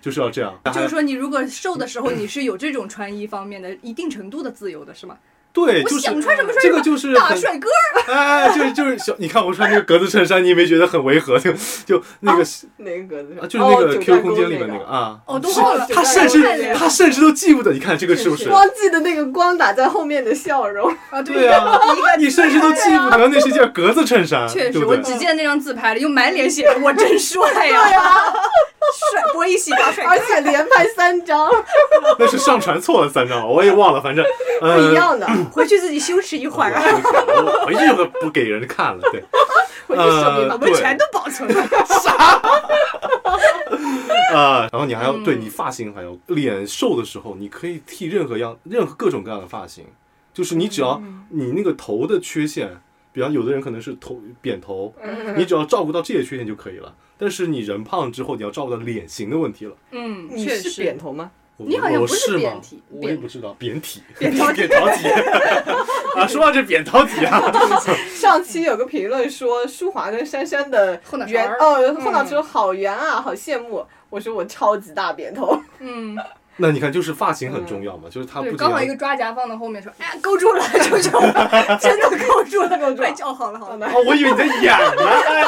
S1: 就是要这样。
S2: 就是说你如果瘦的时候，
S1: 嗯
S2: 你是有这种穿衣方面的一定程度的自由的，是吗？
S1: 对，
S2: 我
S1: 就是
S2: 想穿什么穿什么。
S1: 这个就是
S2: 大
S1: 很
S2: 帅哥，
S1: 哎，就是就是小，你看我穿那个格子衬衫，你也没觉得很违和？ (laughs) 就就那个
S4: 哪个格子
S1: 啊，
S4: 上？
S1: 就是那
S4: 哦
S1: 个
S4: 九
S1: QQ
S4: 寨沟
S1: 空间里面
S4: 那
S1: 那个啊，
S2: 哦，都
S1: 是
S2: 忘了，
S1: 他甚至
S2: 太累了
S1: 他甚至都记不得，你看这个是不是？
S4: 光记得那个光打在后面的笑容，
S2: 啊， (laughs) 对
S1: 对啊，你甚至都记不得那是件格子衬衫，
S2: 确
S1: 啊对
S2: 实，
S1: 不
S2: 我
S1: 对？
S2: 只见那张自拍了，用满脸写着“我真帅呀、 (laughs) 帅波一喜大帅
S4: (laughs) 而
S2: 哥，
S4: 且连拍三张，
S1: (laughs) 那是上传错了三张，我也忘了，反正
S4: (laughs) 不
S1: 呃
S4: 一，样的。
S8: 回去自己羞耻一会
S2: 啊
S8: 儿，
S1: 我回去就不给人看了，对。
S4: 回去手里
S8: 我
S1: 呃
S4: 吧。
S8: 们全都保存了。
S1: 啊、然后你还要、对你发型还有脸瘦的时候，你可以剃任何样、任何各种各样的发型，就是你只要你那个头的缺陷，比方有的人可能是头扁头，你只要照顾到这些缺陷就可以了。但是你人胖了之后，你要照顾到脸型的问题了。
S2: 嗯，
S4: 你
S2: 确
S4: 是扁
S2: 实，
S4: 头吗？
S1: 我
S2: 你好像
S1: 我
S2: 不是
S1: 是吗
S2: 扁体
S1: 我
S2: 扁
S1: 也不知道扁体，扁桃扁桃体 (laughs) 啊！说到这扁桃体啊，
S4: 上期有个评论说舒华跟珊珊的
S2: 后脑勺
S4: 圆
S2: 儿嗯
S4: 哦后脑勺好圆啊，好羡慕。我说我超级大扁头，
S2: 嗯，
S1: 那你看就是发型很重要嘛，就是它不
S2: 对，
S1: 仅
S2: 刚好
S1: 要
S2: 一个抓夹放到后面说，哎，勾住了，就叫我，真的勾住了，快叫好了，好了，
S1: 哦，我以为你在演呢！哎呀，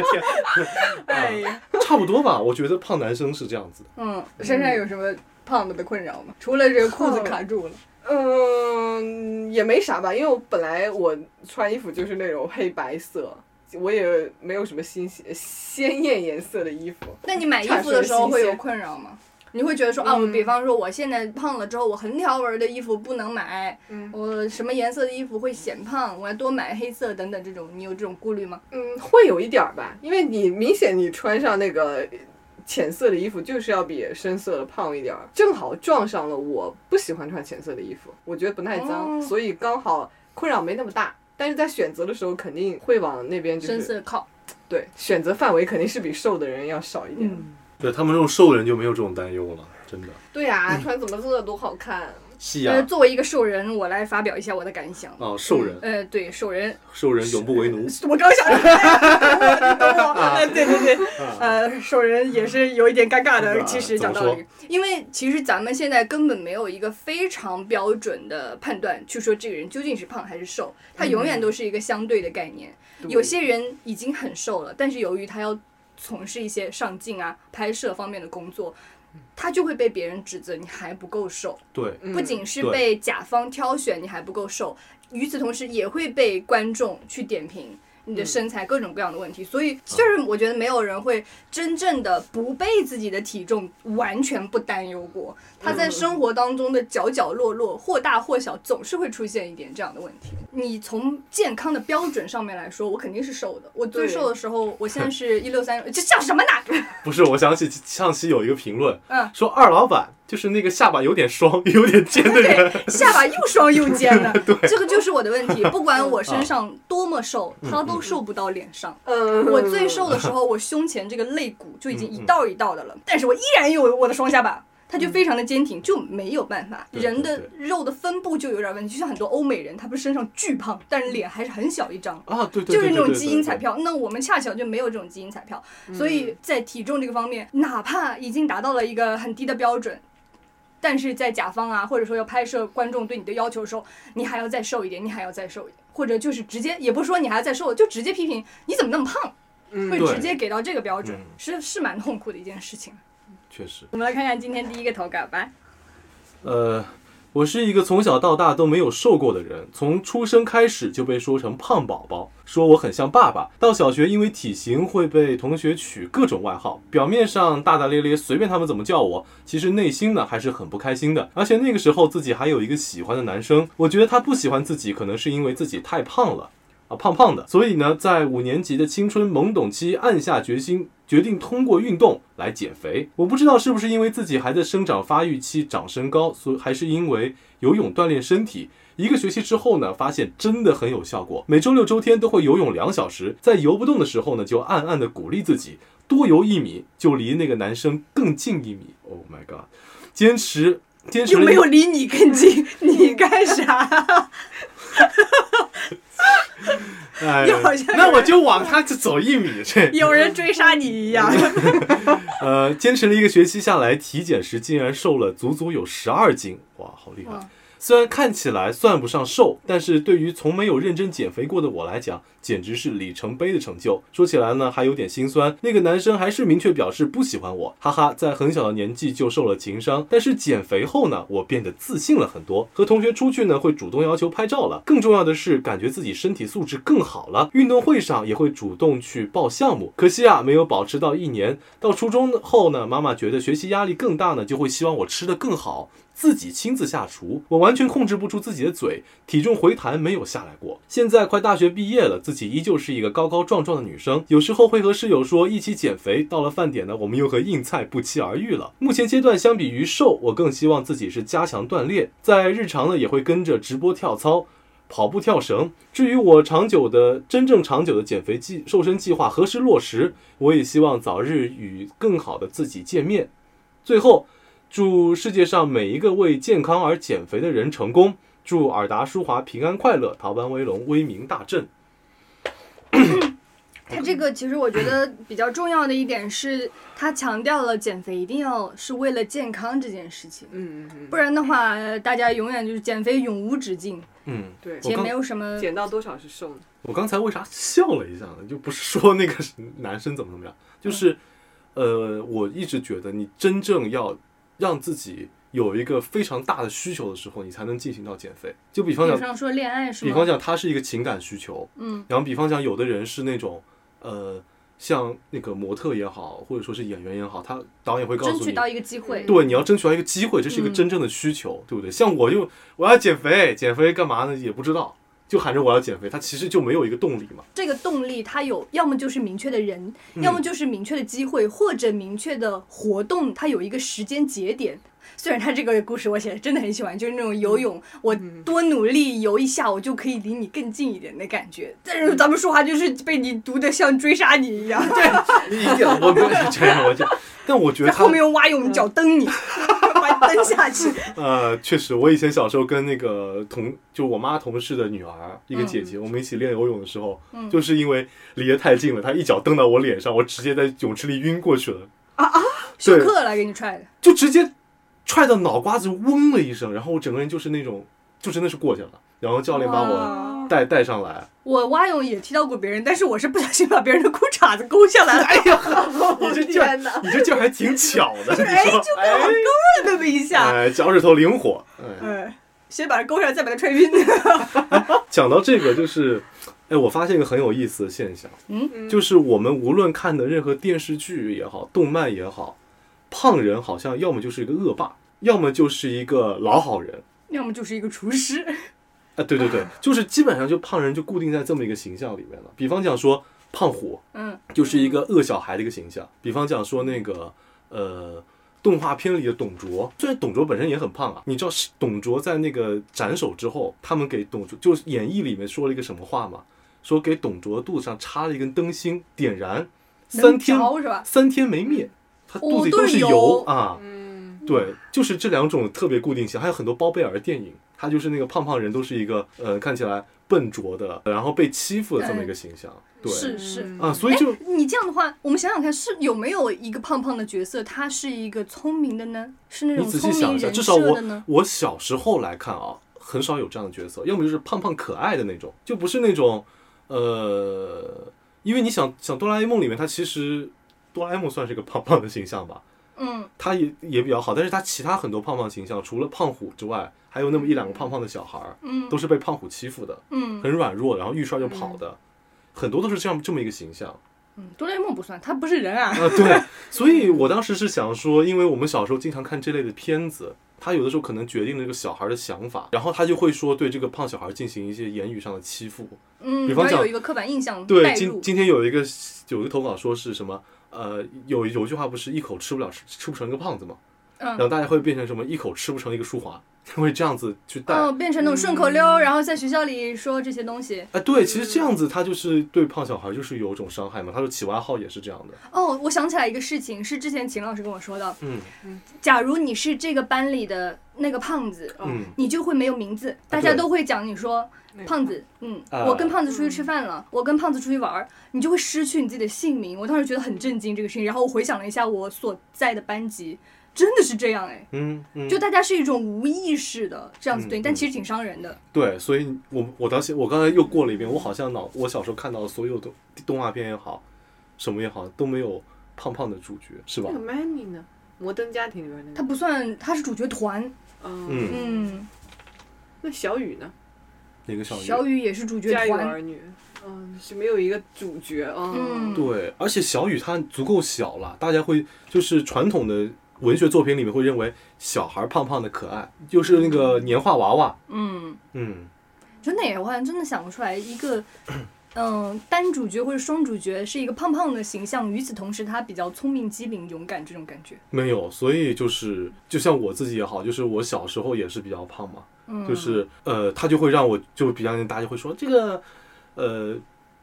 S2: (laughs)
S1: 天！啊
S8: 哎呀，
S1: 差不多吧，我觉得胖男生是这样子的。
S2: 嗯，身上有什么胖子的困扰吗？除了这个裤子卡住了，
S4: 嗯，也没啥吧，因为我本来我穿衣服就是那种黑白色，我也没有什么新鲜鲜艳颜色的衣服。
S2: 那你买衣服的时候会有困扰吗？你会觉得说啊，我
S4: 嗯
S2: 比方说我现在胖了之后，我横条纹儿的衣服不能买，
S4: 嗯
S2: 我什么颜色的衣服会显胖，我要多买黑色等等这种，你有这种顾虑吗？
S4: 嗯，会有一点儿吧，因为你明显你穿上那个浅色的衣服，就是要比深色的胖一点儿，正好撞上了我不喜欢穿浅色的衣服，我觉得不耐脏，
S2: 哦
S4: 所以刚好困扰没那么大。但是在选择的时候，肯定会往那边就
S2: 深
S4: 是
S2: 色靠，
S4: 对选择范围肯定是比瘦的人要少一点。
S2: 嗯
S1: 对他们这种瘦的人就没有这种担忧了，真的。
S4: 对呀、穿怎么这多好看！
S1: 细
S2: 呃，
S1: 呀，
S2: 作为一个瘦人，我来发表一下我的感想。
S1: 哦，瘦人，
S2: 呃，对，瘦人
S1: 瘦人永不为奴。
S7: 我刚想，哎你懂我，你懂我，哎，对对对，
S2: (laughs)
S7: 呃，兽人也是有一点尴尬的，其实
S1: 怎
S7: 讲
S1: 么
S7: 道
S1: 说
S7: 理，？
S2: 因为其实咱们现在根本没有一个非常标准的判断去说这个人究竟是胖还是瘦，他永远都是一个相对的概念。有些人已经很瘦了，但是由于他要从事一些上镜啊、拍摄方面的工作。他就会被别人指责你还不够瘦，
S1: 对，
S4: 嗯
S2: 不仅是
S1: 对
S2: 被甲方挑选你还不够瘦，与此同时也会被观众去点评
S4: 嗯
S2: 你的身材各种各样的问题。所以就是我觉得没有人会真正的不被自己的体重完全不担忧过，他在生活当中的角角落落或大或小，总是会出现一点这样的问题。你从健康的标准上面来说，我肯定是瘦的。我最
S4: 对
S2: 瘦的时候，我现在是一六三，这叫什么呢？
S1: 不是，我想起上期有一个评论，
S2: 嗯
S1: 说二老板就是那个下巴有点双、 (laughs) 有点尖的人，
S2: 下巴又双又尖
S1: (laughs)
S2: 的，这个就是我的问题。不管我身上多么瘦，
S1: 嗯
S2: 它都瘦不到脸上。
S4: 嗯，
S2: 我最瘦的时候，我胸前这个肋骨就已经一道一道的
S1: 嗯
S2: 了，但是我依然有我的双下巴，它就非常的坚挺，就没有办法。
S1: 对
S2: 人的
S1: 对
S2: 肉的分布就有点问题，就像很多欧美人，他不是身上巨胖，但是脸还是很小一张。
S1: 啊，对对，
S2: 就是那种
S1: 对嗯
S2: 基因彩。票，那我们恰巧就没有这种基因彩票，所以在体重这个方面，哪怕已经达到了一个很低的标准，但是在甲方啊，或者说要拍摄观众对你的要求的时候，你还要再瘦一点，你还要再瘦一点，或者就是直接也不是说你还要再瘦，就直接批评你怎么那么胖，
S4: 嗯
S2: 会
S1: 对
S2: 直接给到这个标准
S1: 嗯，
S2: 是是蛮痛苦的一件事情。
S1: 对对确实，
S2: 我们来看看今天第一个投稿 (laughs) 吧，
S1: 呃，我是一个从小到大都没有瘦过的人，从出生开始就被说成胖宝宝，说我很像爸爸。到小学因为体型会被同学取各种外号，表面上大大咧咧，随便他们怎么叫我，其实内心呢还是很不开心的。而且那个时候自己还有一个喜欢的男生，我觉得他不喜欢自己，可能是因为自己太胖了。啊，胖胖的，所以呢，在五年级的青春懵懂期，暗下决心，决定通过运动来减肥。我不知道是不是因为自己还在生长发育期，长身高，所以还是因为游泳锻炼身体。一个学期之后呢，发现真的很有效果。每周六周天都会游泳两小时，在游不动的时候呢，就暗暗的鼓励自己，多游一米就离那个男生更近一米。Oh my god！坚持，坚持
S7: 又
S1: 了一
S7: 没有离你更近，你干
S1: (laughs)
S7: 啥？
S1: 哎
S7: 又好像
S1: 那我就往他走一米，这
S7: 有人追杀你一样，
S1: 呃，坚持了一个学期下来，体检时竟然瘦了足足有十二斤，哇，好厉害
S2: 哇！
S1: 虽然看起来算不上瘦，但是对于从没有认真减肥过的我来讲，简直是里程碑的成就。说起来呢，还有点心酸。那个男生还是明确表示不喜欢我，哈哈，在很小的年纪就受了情伤。但是减肥后呢，我变得自信了很多，和同学出去呢会主动要求拍照了。更重要的是，感觉自己身体素质更好了，运动会上也会主动去报项目。可惜啊，没有保持到一年。到初中后呢，妈妈觉得学习压力更大呢，就会希望我吃得更好，自己亲自下厨。我完全控制不住自己的嘴，体重回弹没有下来过。现在快大学毕业了，自己依旧是一个高高壮壮的女生，有时候会和室友说一起减肥。到了饭点呢，我们又和硬菜不期而遇了。目前阶段，相比于瘦，我更希望自己是加强锻炼，在日常呢也会跟着直播跳操。跑步、跳绳。至于我长久的、真正长久的减肥计、瘦身计划何时落实，我也希望早日与更好的自己见面。最后，祝世界上每一个为健康而减肥的人成功，祝尔达舒华平安快乐，逃班威龙威名大振。
S2: 他这个其实我觉得比较重要的一点是，他强调了减肥一定要是为了健康这件事情。
S4: 嗯嗯嗯，
S2: 不然的话，呃大家永远就是减肥永无止境，
S1: 嗯，
S4: 对，
S1: 我
S2: 也
S1: 刚
S2: 没有什么。
S4: 嗯减到多少是瘦呢？
S1: 我刚才为啥笑了一下呢？就不是说那个是男生怎么怎么样，就是，呃，我一直觉得你真正要让自己有一个非常大的需求的时候，你才能进行到减肥。就比方
S2: 比
S1: 讲，
S2: 方说恋爱是
S1: 比方
S2: 吗？
S1: 讲，它是一个情感需求，
S2: 嗯，
S1: 然后比方讲，有的人是那种，呃，像那个模特也好，或者说是演员也好，他导演会告
S2: 争
S1: 诉
S2: 取
S1: 你，
S2: 到一个机会。
S1: 对，你要争取到一个机会，这是一个
S2: 嗯
S1: 真正的需求，对不对？像我就我要减肥，减肥干嘛呢？也不知道，就喊着我要减肥，他其实就没有一个动力嘛。 (laughs)
S2: 这个动力，它有要么就是明确的人，
S1: 嗯
S2: 要么就是明确的机会，或者明确的活动，它有一个时间节点。虽然它这个故事我写的真的很喜欢，就是那种游泳，
S1: 嗯
S2: 我多努力游一下，我就可以离你更近一点的感觉。但是咱们说话就是被你读的像追杀你一样，
S1: 一点我没有这样，我就，但我觉得
S2: 在
S1: 他嗯
S2: 后面用蛙泳脚蹬你， (laughs) 把你蹬下去。
S1: 呃，确实，我以前小时候跟那个同，就我妈同事的女儿，一个姐姐，我们一起练游泳的时候，就是因为离得太近了，她一脚蹬到我脸上，我直接在泳池里晕过去了。啊啊！
S2: 休
S1: 对，
S2: 克了，给你踹的。
S1: 就直接踹到脑瓜子，嗡了一声，然后我整个人就是那种，就真的是过去了。然后教练把我
S2: 哇
S1: 带带上来，
S2: 啊我蛙泳也踢到过别人，但是我是不小心把别人的裤衩子勾下来了，哎呀，
S1: 你这劲儿，你这劲儿还挺巧的，你说，哎，
S2: 那么一下，
S1: 哎，脚趾头灵活，哎。
S2: 嗯，先把他勾上，再把他踹晕。 (laughs)
S1: 讲到这个，就是，哎，我发现一个很有意思的现象，
S4: 嗯
S1: 就是我们无论看的任何电视剧也好，动漫也好，胖人好像要么就是一个恶霸，要么就是一个老好人。
S2: 要么就是一个厨师，
S1: 啊，
S2: (laughs)
S1: 对对对，就是基本上就胖人就固定在这么一个形象里面了。比方讲说胖虎，
S2: 嗯，
S1: 就是一个恶小孩的一个形象。比方讲说那个呃动画片里的董卓，虽然董卓本身也很胖啊，你知道是董卓在那个斩首之后，他们给董卓就是演义里面说了一个什么话嘛？说给董卓肚子上插了一根灯芯，点燃，三
S2: 能
S1: 天
S2: 嚼是吧？
S1: 三天没灭，他
S2: 哦
S1: 肚子里
S2: 都
S1: 都
S2: 是
S1: 是油,、
S2: 油
S1: 啊。
S4: 嗯，
S1: 对，就是这两种特别固定型，还有很多包贝尔电影，他就是那个胖胖人都是一个呃看起来笨拙的，然后被欺负的这么一个形象。对，
S2: 是是。
S4: 嗯
S1: 啊，所以就
S2: 你这样的话，我们想想看，是有没有一个胖胖的角色，他是一个聪明的呢？是那
S1: 你
S2: 种
S1: 仔细
S2: 聪
S1: 想
S2: 明
S1: 一下，
S2: 人
S1: 至少
S2: 设
S1: 我
S2: 的呢？
S1: 我小时候来看啊，很少有这样的角色，要么就是胖胖可爱的那种，就不是那种呃，因为你想想哆啦 A 梦里面，它其实哆啦 A 梦算是一个胖胖的形象吧，
S2: 嗯，
S1: 他也也比较好，但是他其他很多胖胖形象，除了胖虎之外，还有那么一两个胖胖的小孩儿，
S2: 嗯
S1: 都是被胖虎欺负的，
S2: 嗯
S1: 很软弱，然后遇帅就跑的，很多都是这样这么一个形象啊、
S2: 嗯，哆啦 A 梦不算，他不是人啊。
S1: 呃对，所以我当时是想说，因为我们小时候经常看这类的片子，他有的时候可能决定了这个小孩的想法，然后他就会说对这个胖小孩进行一些言语上的欺负，
S2: 嗯，
S1: 比方
S2: 要
S1: 讲
S2: 有一个刻板印象
S1: 对，
S2: 带
S1: 今
S2: 入。
S1: 今天有一个有一个投稿说是什么？呃，有有一句话不是一口吃不了吃吃不成一个胖子嘛，
S2: 嗯
S1: 然后大家会变成什么一口吃不成一个舒华，会这样子去带。
S2: 哦，变成那种顺口溜，
S1: 嗯
S2: 然后在学校里说这些东西。
S1: 哎，对，其实这样
S2: 嗯
S1: 子他就是对胖小孩就是有一种伤害嘛，他说起外号也是这样的。
S2: 哦，我想起来一个事情，是之前秦老师跟我说的。
S1: 嗯
S2: 假如你是这个班里的那个胖子，
S4: 哦
S1: 嗯，
S2: 你就会没有名字，大家都会讲你说
S8: 哎
S2: 胖子，嗯，
S1: 啊
S2: 我跟胖子出去吃饭了，我跟胖子出去玩儿，你就会失去你自己的姓名。我当时觉得很震惊这个事情，然后我回想了一下我所在的班级，真的是这样哎，
S1: 嗯嗯，
S2: 就大家是一种无意识的这样子对你，
S1: 嗯
S2: 但其实挺伤人的。
S1: 对，所以我我到现我刚才又过了一遍，我好像脑我小时候看到的所有的动画片也好，什么也好都没有胖胖的主角是吧
S2: 嗯
S4: 那个？Manny 呢？摩登家庭里边那
S2: 他
S4: 个，
S2: 不算，他是主角团，
S4: 嗯，
S1: 嗯，
S2: 嗯，
S4: 那小雨呢？
S1: 哪个小
S2: 小雨也是主角
S4: 家有
S2: 团，
S4: 儿女，嗯，是没有一个主角啊。
S2: 嗯
S1: 对，而且小雨它足够小了，大家会就是传统的文学作品里面会认为小孩胖胖的可爱，就是那个年画娃娃，
S2: 嗯。
S1: 嗯，
S2: 真的耶，我好像真的想不出来一个，嗯，单主角或者双主角是一个胖胖的形象，与此同时他比较聪明、机灵、勇敢这种感觉。
S1: 没有，所以就是就像我自己也好，就是我小时候也是比较胖嘛，
S2: 嗯，
S1: 就是呃，他就会让我就比较大家会说这个呃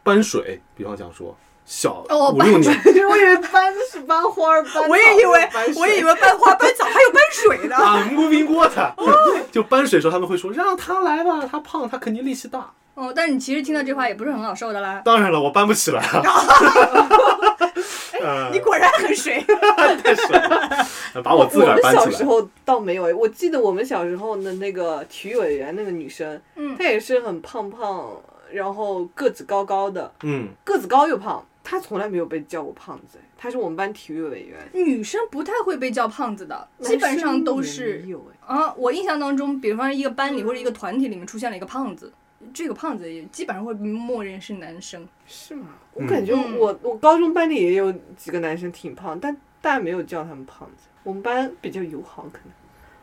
S1: 搬水，比方讲说小
S2: 哦
S1: 五六
S2: 搬
S1: 年
S4: (laughs) 我以为搬是搬花儿，搬
S8: 我也以为
S4: 草搬，水
S8: 我也以为搬花搬草还有搬水呢。
S1: 啊，无名锅的， (laughs) 就搬水的时候他们会说让他来吧，他胖，他肯定力气大。
S2: 哦，但是你其实听到这话也不是很好受的啦。
S1: 当然了，我搬不起来啊。 (laughs) 呃
S8: (laughs) 你果然很水，
S1: 太水了，把我自个
S4: 我
S1: 儿
S4: 们
S1: 搬
S4: 小
S1: 起
S4: 时
S1: 来。
S4: 候倒没有，我记得我们小时候的那个体育委员那个女生，
S2: 嗯
S4: 她也是很胖胖，然后个子高高的，
S1: 嗯，
S4: 个子高又胖，她从来没有被叫过胖子，她是我们班体育委员，
S2: (laughs) 女生不太会被叫胖子的，基本上都
S4: 男生也没
S2: 是
S4: 有哎
S2: 啊，我印象当中，比方说一个班里或者一个团体里面出现了一个胖子，这个胖子也基本上会默认是男生。
S4: 是吗？我
S1: 嗯
S4: 感觉
S2: 嗯
S4: 我、我高中班里也有几个男生挺胖，但大家没有叫他们胖子。我们班比较友好，可能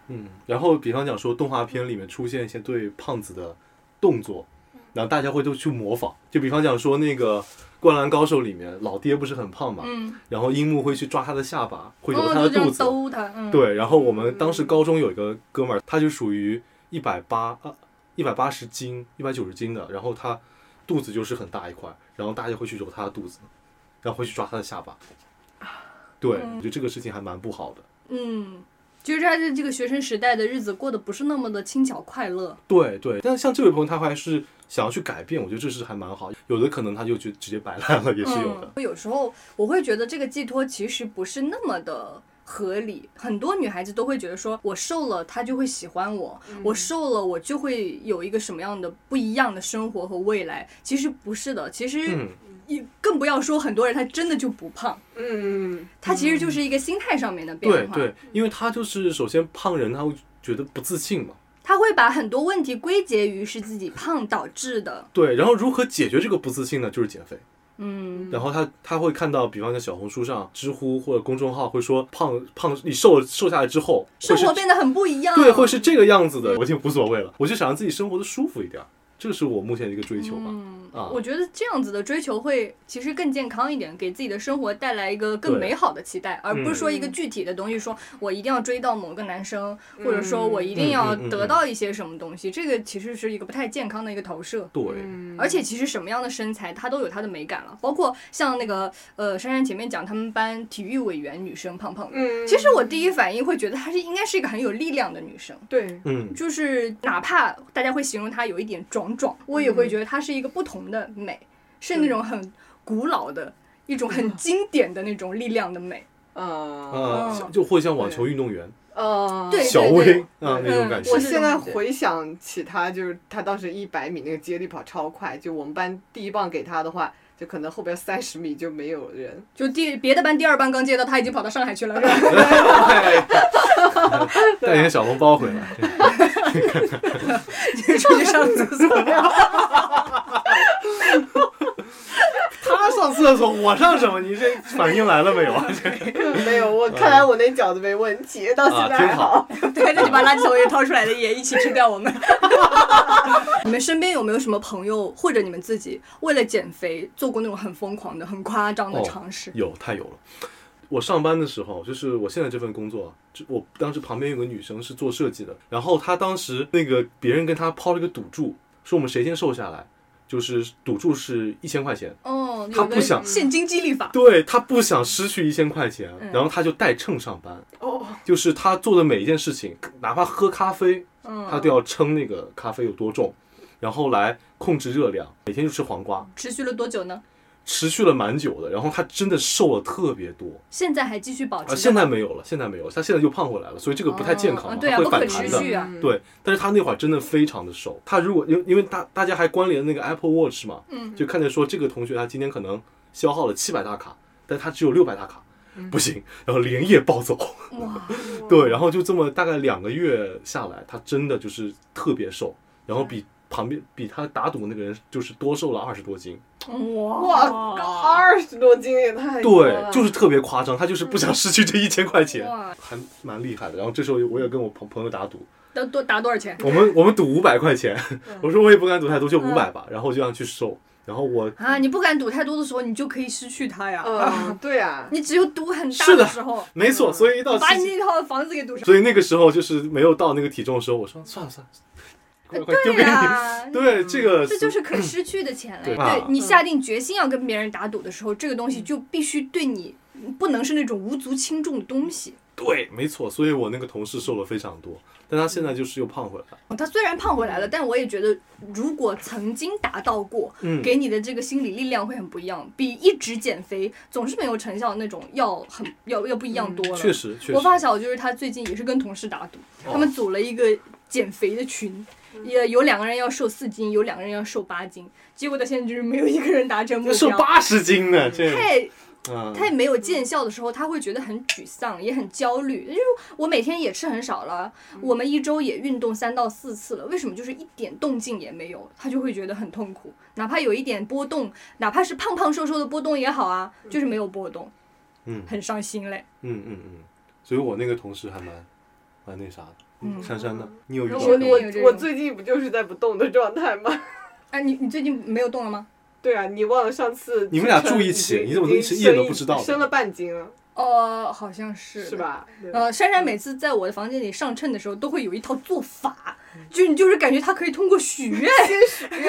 S1: 嗯，然后比方讲说动画片里面出现一些对胖子的动作，
S2: 嗯
S1: 然后大家会都去模仿。就比方讲说那个《灌篮高手》里面，老爹不是很胖嘛，
S2: 嗯，
S1: 然后樱木会去抓他的下巴，会揉
S2: 哦，
S1: 他
S2: 就
S1: 的
S2: 这
S1: 肚
S2: 样
S1: 子。
S2: 兜嗯他，嗯，
S1: 对，然后我们当时高中有一个哥们儿，他就属于一百八啊，一百八十斤、一百九十斤的，然后他肚子就是很大一块，然后大家会去揉他的肚子，然后会去抓他的下巴。对，我觉得这个事情还蛮不好的。
S2: 嗯，就是他的这个学生时代的日子过得不是那么的轻巧快乐。
S1: 对对，但像这位朋友，他还是想要去改变，我觉得这是还蛮好。有的可能他就直直接摆烂了，也是有的。
S2: 嗯。有时候我会觉得这个寄托其实不是那么的。合理，很多女孩子都会觉得说，我瘦了，他就会喜欢我；
S1: 嗯
S2: 我瘦了，我就会有一个什么样的不一样的生活和未来。其实不是的，其实
S1: 嗯
S2: 也更不要说很多人他真的就不胖，
S4: 嗯，
S2: 他其实就是一个心态上面的变
S1: 对
S2: 化。嗯
S1: 对，因为他就是首先胖人，他会觉得不自信嘛。
S2: 他会把很多问题归结于是自己胖导致的。
S1: 对，然后如何解决这个不自信呢？就是减肥。
S2: 嗯，
S1: 然后他他会看到，比方在小红书上、知乎或者公众号会说胖胖，你瘦瘦下来之后，
S2: 生
S1: 会是
S2: 活变得嗯很不一样。
S1: 对，会是这个样子的，我已经无所谓了，我就想让自己生活的舒服一点儿，这是我目前的一个追求吧。啊，
S2: 嗯我觉得这样子的追求会其实更健康一点，给自己的生活带来一个更
S1: 对
S2: 美好的期待，而不是说一个具体的东西，说我一定要追到某个男生，或者说我一定要
S1: 嗯嗯嗯嗯
S2: 得到一些什么东西。这个其实是一个不太健康的一个投射。
S1: 对，
S4: 嗯
S2: 而且其实什么样的身材，它都有它的美感了。包括像那个呃，珊珊前面讲他们班体育委员女生胖胖的，
S4: 嗯，
S2: 其实我第一反应会觉得她是应该是一个很有力量的女生。
S4: 对，
S1: 嗯，
S2: 就是哪怕大家会形容它有一点壮壮，我也会觉得它是一个不同的美，是那种很古老的一种很经典的那种力量的美。
S4: 呃
S1: 啊，
S2: 嗯
S1: 像就会像网球运动员
S4: 呃，
S2: 对
S1: 小
S2: 对
S1: 威
S2: 对
S1: 啊那种感觉
S4: 我
S2: 是。
S4: 现在
S2: 这种感觉
S4: 回想起他，就是他当时一百米那个接力跑超快，就我们班第一棒给他的话，就可能后边三十米就没有人。 (laughs)
S2: 就第别的班第二班刚接到，他已经跑到上海去了，是 (laughs) 吧
S1: (laughs) 带点小红包回来，
S2: 你出去上厕所。
S1: (laughs) 他上厕所，我上什么？你这反应来了没有啊？这
S4: 没有，我看来我那饺子没问题，到
S1: 嗯啊，
S4: 现在
S1: 挺
S4: 还
S1: (laughs) 好。
S2: 对，那就把垃圾桶也掏出来的也一起吃掉。我们， (laughs) 你们身边有没有什么朋友或者你们自己为了减肥做过那种很疯狂的、很夸张的
S1: 哦
S2: 尝试？
S1: 有，太有了。我上班的时候，就是我现在这份工作，就我当时旁边有个女生是做设计的，然后她当时那个别人跟她抛了一个赌注，说我们谁先瘦下来，就是赌注是一千块钱。
S2: 哦，
S1: 他
S2: 有个
S1: 不想
S2: 现金激励法。
S1: 对她不想失去一千块钱，然后她就带秤上班，
S4: 哦，
S1: 就是她做的每一件事情，哪怕喝咖啡，她
S2: 嗯，
S1: 都要称那个咖啡有多重，然后来控制热量，每天就吃黄瓜，
S2: 持续了多久呢？
S1: 持续了蛮久的，然后她真的瘦了特别多，
S2: 现在还继续保持
S1: 啊，
S2: 着吗？
S1: 现在没有了，现在没有，他现在又胖回来了，所以这个不太健康
S2: 哦
S1: 嘛，
S2: 嗯对
S1: 它
S2: 啊，
S1: 会
S2: 不可
S1: 反
S2: 持
S1: 弹
S2: 续
S1: 的。
S2: 啊。
S1: 对，但是他那会儿真的非常的瘦，他如果因为因为大大家还关联那个 Apple Watch 嘛，
S2: 嗯
S1: 就看见说这个同学他今天可能消耗了七百大卡，但他只有六百大卡，
S2: 嗯
S1: 不行，然后连夜暴走，
S2: 哇，
S1: 对，然后就这么大概两个月下来，他真的就是特别瘦，然后比旁边比他打赌那个人就是多瘦了二十多斤，
S4: 哇，二十多斤也太多了
S1: 对，就是特别夸张，他就是不
S2: 嗯
S1: 想失去这一千块钱
S2: 哇，
S1: 还蛮厉害的。然后这时候我也跟我朋朋友打赌，
S2: 要多打多少钱？
S1: 我们我们赌五百块钱，
S2: 嗯
S1: 我说我也不敢赌太多，就五百吧，然后就让他去收。然后我
S2: 啊，你不敢赌太多的时候，你就可以失去它呀。
S4: 嗯，对啊，
S2: 你只有赌很大
S1: 是的
S2: 时候，
S1: 没错，所以一到
S2: 把嗯
S1: 七
S2: 你
S1: 七
S2: 那套房子给赌上。
S1: 所以那个时候就是没有到那个体重的时候，我说算了算了，快快丢给
S2: 哎对
S1: 你。
S2: 呀， (laughs)
S1: 对，这个
S2: 这就是可失去的钱了。
S1: 对啊
S2: 对你下定决心要跟别人打赌的时候，这个东西就必须对你不能是那种无足轻重的东西。
S1: 对，没错。所以我那个同事瘦了非常多，但他现在就是又胖回来了。
S2: 他虽然胖回来了，但我也觉得，如果曾经达到过，
S1: 嗯
S2: 给你的这个心理力量会很不一样，比一直减肥总是没有成效那种要很要要不一样多了。
S1: 确，实，确
S2: 我
S1: 实，
S2: 发小就是他最近也是跟同事打赌，他们组了一个减肥的群。也有两个人要瘦四斤，有两个人要瘦八斤，结果到现在就是没有一个人达成目
S1: 那瘦
S2: 标。
S1: 八十斤呢，这
S2: 太
S1: 嗯，
S2: 他也没有见效的时候，他会觉得很沮丧，也很焦虑。就是我每天也吃很少了，我们一周也运动三到四次了，为什么就是一点动静也没有？他就会觉得很痛苦，哪怕有一点波动，哪怕是胖胖瘦瘦的波动也好啊，就是没有波动，
S1: 嗯
S2: 很伤心嘞。
S1: 嗯嗯嗯，所以我那个同事还蛮蛮那啥的。
S2: 嗯
S1: 珊珊呢？你有遇
S2: 那
S1: 到
S2: 我
S1: 吗
S2: 也有这
S4: 我
S2: 种
S4: 最近不就是在不动的状态吗？
S2: 哎、你你最近没有动了吗？
S4: 对啊，你忘了上次
S1: 你们俩
S4: 自称
S1: 住一起
S4: 已经
S1: 你怎么能
S4: 已经
S1: 一人都
S4: 升
S1: 不知道的
S4: 升了半斤了，
S2: 呃，好像是
S4: 是？吧？对
S2: 呃，珊珊每次在我的房间里上秤的时候，都会有一套做法，就你就是感觉她可以通过嗯许愿， (laughs)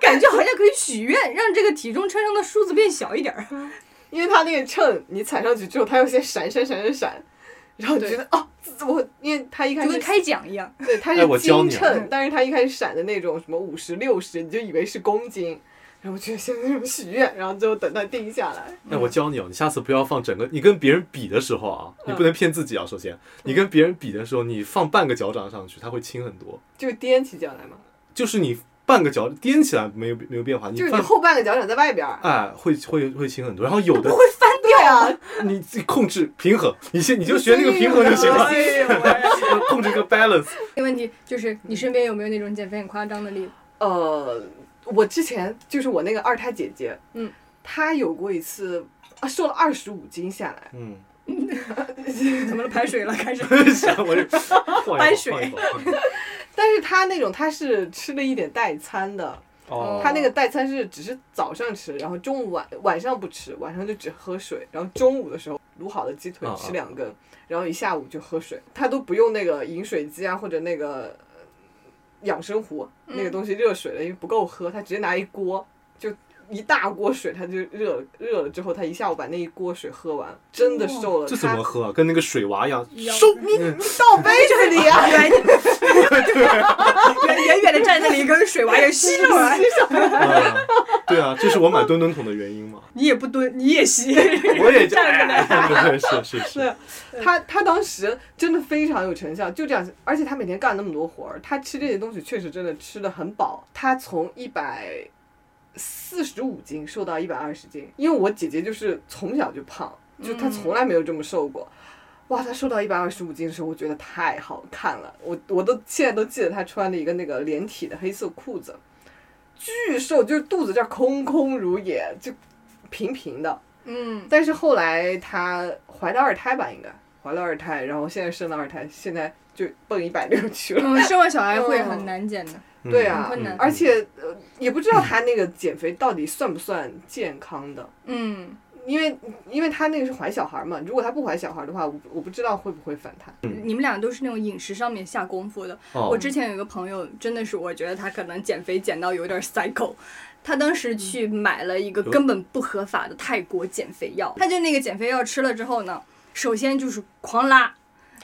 S2: 感觉好像可以许愿，让这个体重秤上的数字变小一点儿。
S4: 因为它那个秤你踩上去之后，它有些闪闪闪闪闪，然后你觉得哦，自我因为它一开
S2: 就跟
S4: 始
S2: 开嗯奖一样。
S4: 对它
S1: 哎
S4: 是
S1: 我教
S4: 斤
S1: 你啊
S4: 秤，但是它一开始闪的那种什么五十六十，你就以为是公斤，然后觉得像那种许愿，然后最后等它定下来，
S1: 哎，我教你哦，你下次不要放整个，你跟别人比的时候啊，
S2: 嗯
S1: 你不能骗自己啊。首先，你跟别人比的时候，你放半个脚掌上去，它会轻很多。
S4: 就踮起脚来嘛，
S1: 就是你半个脚踮起来没有没有变化，你
S4: 就是你
S1: 放
S4: 后半个脚掌在外边儿。
S1: 哎会会会轻很多。然后有的
S4: 对啊，
S1: 你自己控制平衡，你先你就学那个平衡就行了，
S4: 哎呦喂
S1: 控制个 balance。
S2: 这个问题就是你身边有没有那种减肥很夸张的例子？
S4: 呃，我之前就是我那个二胎姐姐，
S2: 嗯，
S4: 她有过一次，啊，瘦了二十五斤下
S2: (laughs)
S4: 来，
S1: 嗯，
S2: 怎么了？排水了？开始
S1: 想我就换一
S2: 搬
S1: 口
S2: 水
S1: 换一口换一口
S4: 但是她那种她是吃了一点代餐的，
S1: 哦，
S4: 她那个代餐是只是早上吃，然后中午晚晚上不吃，晚上就只喝水，然后中午的时候卤好的鸡腿
S1: 啊啊
S4: 吃两根，然后一下午就喝水，她都不用那个饮水机啊或者那个呃养生壶那个东西热水的，因为不够喝，她直接拿一锅就。一大锅水，她就热了热了之后，她一下午把那一锅水喝完，真的瘦了。
S1: 这怎
S4: 她
S1: 么喝嗯啊？跟那个水娃一样，
S4: 倒杯子里
S2: (laughs)
S4: 啊？
S2: 啊
S7: 远远远的站在那里，跟水娃也吸上
S2: (laughs)
S7: 来，
S1: 啊对啊，这是我买墩墩桶的原因
S2: (laughs)
S1: 嘛。
S7: 你也不蹲，你也吸，
S1: 我也站着来，对，是是是
S4: 是，他他当时真的非常有成效，就这样，而且他每天干那么多活儿，他吃这些东西确实真的吃的很饱。他从一百四十五斤瘦到一百二十斤，因为我姐姐就是从小就胖，就她从来没有这么瘦过。哇，她瘦到一百二十五斤的时候，我觉得太好看了，我我都现在都记得她穿的一个那个连体的黑色裤子，巨瘦，就是肚子这儿空空如也，就平平的。
S2: 嗯，
S4: 但是后来她怀了二胎吧，应该怀了二胎，然后现在生了二胎，现在就奔一百六去了。
S2: 嗯，生完小孩会很难减的。
S1: 嗯
S4: 对啊，
S2: 嗯很困难
S4: 而且、呃、也不知道她那个减肥到底算不算健康的，
S2: 嗯，
S4: 因为因为她那个是怀小孩嘛，如果她不怀小孩的话，我我不知道会不会反弹。
S2: 你们俩都是那种饮食上面下功夫的，我
S1: 哦，
S2: 之前有一个朋友，真的是我觉得他可能减肥减到有点 psycho。他当时去买了一个根本不合法的泰国减肥药，他就那个减肥药吃了之后呢，首先就是狂拉，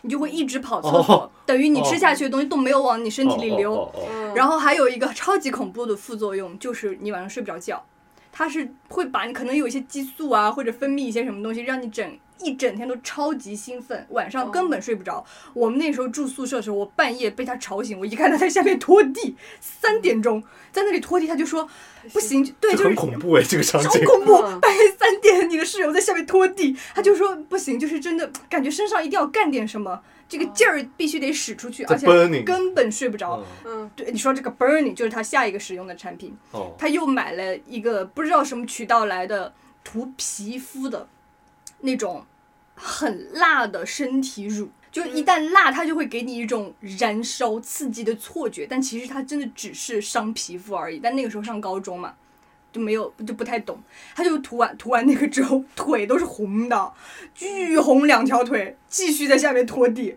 S2: 你就会一直跑厕所
S1: 哦，
S2: 等于你吃下去的东西都没有往你身体里流。嗯
S1: 哦哦哦哦
S2: 然后还有一个超级恐怖的副作用，就是你晚上睡不着觉，它是会把你可能有一些激素啊，或者分泌一些什么东西，让你整一整天都超级兴奋，晚上根本睡不着。我们那时候住宿舍的时候，我半夜被他吵醒，我一看他在下面拖地，三点钟在那里拖地，他就说不行，对，
S1: 这
S2: 就是
S1: 很恐怖哎，这个场
S2: 超
S1: 景。
S2: 恐怖
S4: 嗯！
S2: 半夜三点，你的室友在下面拖地，他就说不行，就是真的感觉身上一定要干点什么，这个劲儿必须得使出去，
S1: 在
S2: 而且
S1: burning
S2: 根本睡不着
S1: 嗯。
S4: 嗯，
S2: 对，你说这个 Burning 就是他下一个使用的产品，
S1: 哦，
S2: 他又买了一个不知道什么渠道来的涂皮肤的那种很辣的身体乳，就一旦辣，它就会给你一种燃烧刺激的错觉，但其实它真的只是伤皮肤而已。但那个时候上高中嘛。就没有就不太懂，他就涂完涂完那个之后，腿都是红的，巨红两条腿，继续在下面拖地。